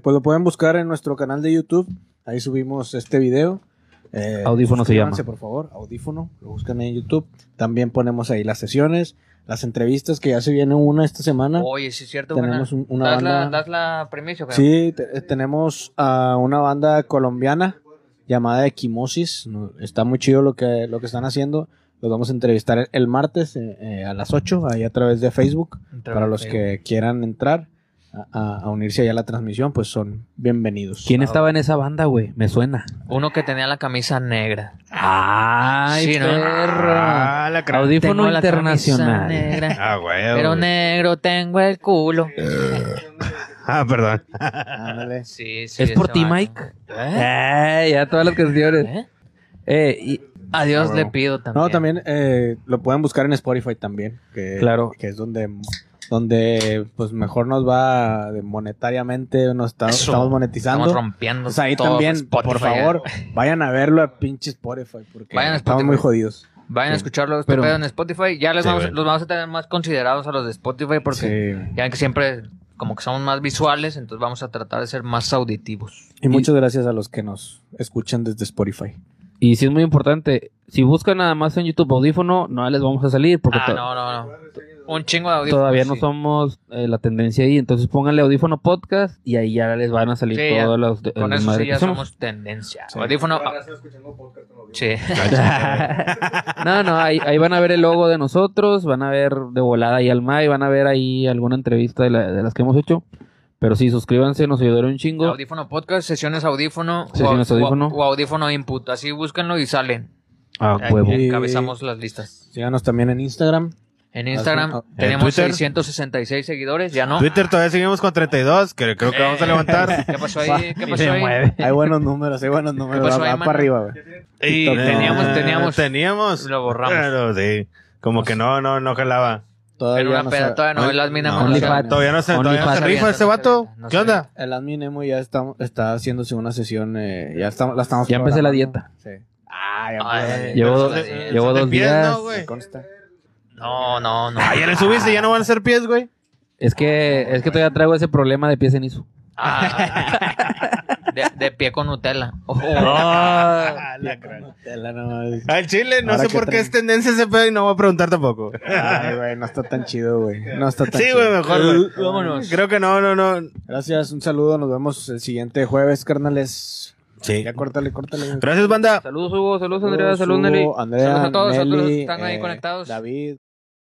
[SPEAKER 1] Pues lo pueden buscar en nuestro canal de YouTube. Ahí subimos este video. Eh,
[SPEAKER 4] Audífono se llama.
[SPEAKER 1] suscríbanse, por favor, audífono. Lo buscan en YouTube. También ponemos ahí las sesiones, las entrevistas, que ya se viene una esta semana.
[SPEAKER 2] Oye, sí es cierto,
[SPEAKER 1] tenemos
[SPEAKER 2] güey.
[SPEAKER 1] un- una
[SPEAKER 2] ¿Das, la,
[SPEAKER 1] banda.
[SPEAKER 2] das la primicia, güey?
[SPEAKER 1] Sí, te- tenemos a una banda colombiana llamada Equimosis. No, Está muy chido lo que, lo que están haciendo. Los vamos a entrevistar el martes eh, eh, a las 8, ahí a través de Facebook.
[SPEAKER 2] Entre-
[SPEAKER 1] Para los que quieran entrar a, a- a unirse ahí a la transmisión, pues son bienvenidos.
[SPEAKER 4] ¿Quién estaba en esa banda, güey? Me suena.
[SPEAKER 2] Uno que tenía la camisa negra.
[SPEAKER 4] ¡Ay,
[SPEAKER 2] Sí, ¿no?
[SPEAKER 4] perro!
[SPEAKER 3] Ah, la cara.
[SPEAKER 4] Audífono
[SPEAKER 2] Tengo la camisa
[SPEAKER 4] internacional.
[SPEAKER 2] negra,
[SPEAKER 3] Ah, güey.
[SPEAKER 2] pero negro tengo el culo.
[SPEAKER 3] Ah, perdón.
[SPEAKER 1] Ándale.
[SPEAKER 2] Sí, sí.
[SPEAKER 4] ¿Es por
[SPEAKER 2] ese
[SPEAKER 4] ti,
[SPEAKER 2] vato.
[SPEAKER 4] Mike?
[SPEAKER 2] ¿Eh?
[SPEAKER 4] ¡Ay, ya todas las canciones!
[SPEAKER 2] ¿Eh?
[SPEAKER 4] Eh, y,
[SPEAKER 2] A Dios
[SPEAKER 1] Ah,
[SPEAKER 2] le
[SPEAKER 1] bueno.
[SPEAKER 2] pido también.
[SPEAKER 1] No, también eh, lo pueden buscar en Spotify también, que,
[SPEAKER 4] Claro.
[SPEAKER 1] que es donde, donde pues mejor nos va monetariamente, nos está-
[SPEAKER 2] Eso.
[SPEAKER 1] estamos monetizando.
[SPEAKER 2] Estamos rompiendo.
[SPEAKER 1] Pues ahí
[SPEAKER 2] todo
[SPEAKER 1] también,
[SPEAKER 2] Spotify,
[SPEAKER 1] por
[SPEAKER 2] ya.
[SPEAKER 1] favor, vayan a verlo a pinche Spotify, porque
[SPEAKER 2] Vayan a
[SPEAKER 1] estamos
[SPEAKER 2] Spotify.
[SPEAKER 1] muy jodidos.
[SPEAKER 2] Vayan a
[SPEAKER 1] Sí.
[SPEAKER 2] escucharlo este
[SPEAKER 4] Pero-
[SPEAKER 2] pedo en Spotify. Ya les
[SPEAKER 3] Sí,
[SPEAKER 2] vamos,
[SPEAKER 3] güey.
[SPEAKER 2] los vamos a tener más considerados a los de Spotify porque
[SPEAKER 1] Sí.
[SPEAKER 2] ya ven que siempre como que somos más visuales, entonces vamos a tratar de ser más auditivos.
[SPEAKER 1] Y muchas gracias a los que nos escuchan desde Spotify.
[SPEAKER 4] y sí es muy importante, si buscan nada más en YouTube audífono, no les vamos a salir porque
[SPEAKER 2] Ah,
[SPEAKER 4] to-
[SPEAKER 2] no, no, no. Un chingo de audífonos.
[SPEAKER 4] todavía no
[SPEAKER 2] Pues sí.
[SPEAKER 4] somos eh, la tendencia ahí. Entonces pónganle audífono podcast y ahí ya les van a salir
[SPEAKER 2] Sí, ya.
[SPEAKER 4] todos los... de-
[SPEAKER 2] Con
[SPEAKER 4] los
[SPEAKER 2] eso
[SPEAKER 4] madre
[SPEAKER 2] sí
[SPEAKER 4] que
[SPEAKER 2] ya
[SPEAKER 4] somos.
[SPEAKER 2] somos tendencia.
[SPEAKER 1] Sí.
[SPEAKER 2] Audífono. ah, Sí.
[SPEAKER 4] <laughs> No, no, ahí, ahí van a ver el logo de nosotros, van a ver de volada y al MAI, van a ver ahí alguna entrevista de, la- de las que hemos hecho. Pero sí, suscríbanse, nos ayudará un chingo.
[SPEAKER 2] Audífono podcast, sesiones audífono. o-
[SPEAKER 4] Sesiones
[SPEAKER 2] o-
[SPEAKER 4] audífono.
[SPEAKER 2] O, audífono input. Así búsquenlo y salen.
[SPEAKER 4] Ah,
[SPEAKER 2] Ahí
[SPEAKER 4] huevo.
[SPEAKER 1] Sí.
[SPEAKER 2] Encabezamos las listas.
[SPEAKER 1] Síganos también en Instagram.
[SPEAKER 2] En Instagram
[SPEAKER 1] Así-
[SPEAKER 2] tenemos
[SPEAKER 3] ¿En Twitter?
[SPEAKER 2] 666 seguidores, ya no. Eh,
[SPEAKER 3] Twitter todavía seguimos con 32, que creo que vamos a levantar.
[SPEAKER 2] ¿Qué pasó ahí? ¿Qué pasó ahí?
[SPEAKER 1] Hay buenos números, hay
[SPEAKER 2] <laughs>
[SPEAKER 1] buenos números.
[SPEAKER 2] pasó
[SPEAKER 1] va-
[SPEAKER 2] ahí,
[SPEAKER 1] va
[SPEAKER 2] mano?
[SPEAKER 1] para arriba, güey.
[SPEAKER 2] <laughs> Y
[SPEAKER 1] TikTok,
[SPEAKER 2] teníamos,
[SPEAKER 3] Ah,
[SPEAKER 2] teníamos.
[SPEAKER 3] Teníamos.
[SPEAKER 2] Lo borramos.
[SPEAKER 3] Pero sí. Como que no, no, no jalaba.
[SPEAKER 2] en
[SPEAKER 1] Todavía
[SPEAKER 2] una
[SPEAKER 1] no
[SPEAKER 2] peda,
[SPEAKER 1] se-
[SPEAKER 2] todavía no,
[SPEAKER 3] Only-
[SPEAKER 2] el admin
[SPEAKER 3] no,
[SPEAKER 2] no
[SPEAKER 4] Only
[SPEAKER 2] lo
[SPEAKER 4] Fat.
[SPEAKER 2] sabe.
[SPEAKER 3] Todavía no se, todavía no se
[SPEAKER 2] OnlyFans.
[SPEAKER 3] rifa este
[SPEAKER 2] No se
[SPEAKER 3] vato.
[SPEAKER 2] rifa, no
[SPEAKER 3] ¿Qué
[SPEAKER 2] se
[SPEAKER 3] onda?
[SPEAKER 1] El admin Emo ya está, está haciéndose una sesión, eh, ya estamos, la estamos
[SPEAKER 4] Ya empecé la
[SPEAKER 1] programando. Sí. Ah, ya empecé
[SPEAKER 2] Ay,
[SPEAKER 1] la dieta.
[SPEAKER 4] Llevo
[SPEAKER 2] pero
[SPEAKER 4] dos-
[SPEAKER 2] eso sí,
[SPEAKER 4] llevo
[SPEAKER 2] eso-
[SPEAKER 3] Son de
[SPEAKER 4] dos
[SPEAKER 3] pies,
[SPEAKER 4] días.
[SPEAKER 3] ¿no,
[SPEAKER 1] Me
[SPEAKER 3] güey?
[SPEAKER 1] consta.
[SPEAKER 2] No, no, no.
[SPEAKER 3] Ah, ya le subiste, ya no van a ser pies, güey.
[SPEAKER 4] Es que, es que todavía traigo ese problema de pies en ISO.
[SPEAKER 2] Ah, <laughs> de, de pie con
[SPEAKER 3] <laughs>
[SPEAKER 2] Nutella. Ojo.
[SPEAKER 3] Ah, la cara.
[SPEAKER 1] Tela nomás.
[SPEAKER 3] Al chile, no
[SPEAKER 1] Ahora
[SPEAKER 3] sé
[SPEAKER 1] que
[SPEAKER 3] por qué
[SPEAKER 1] traen.
[SPEAKER 3] es tendencia ese pedo y no voy a preguntar tampoco.
[SPEAKER 1] Ay, güey, no está tan chido, güey. No está tan
[SPEAKER 3] Sí,
[SPEAKER 1] chido.
[SPEAKER 3] güey, mejor, güey. Creo que no, no, no.
[SPEAKER 1] Gracias, un saludo. Nos vemos el siguiente jueves, carnales.
[SPEAKER 3] Sí.
[SPEAKER 1] Ya córtale, córtale.
[SPEAKER 3] Gracias, banda.
[SPEAKER 4] Saludos, Hugo. Saludos, Andrea. Saludos, Nelly.
[SPEAKER 1] Andrea,
[SPEAKER 4] Saludos a todos, a todos los que
[SPEAKER 1] Nelly, eh,
[SPEAKER 4] están ahí conectados.
[SPEAKER 1] David.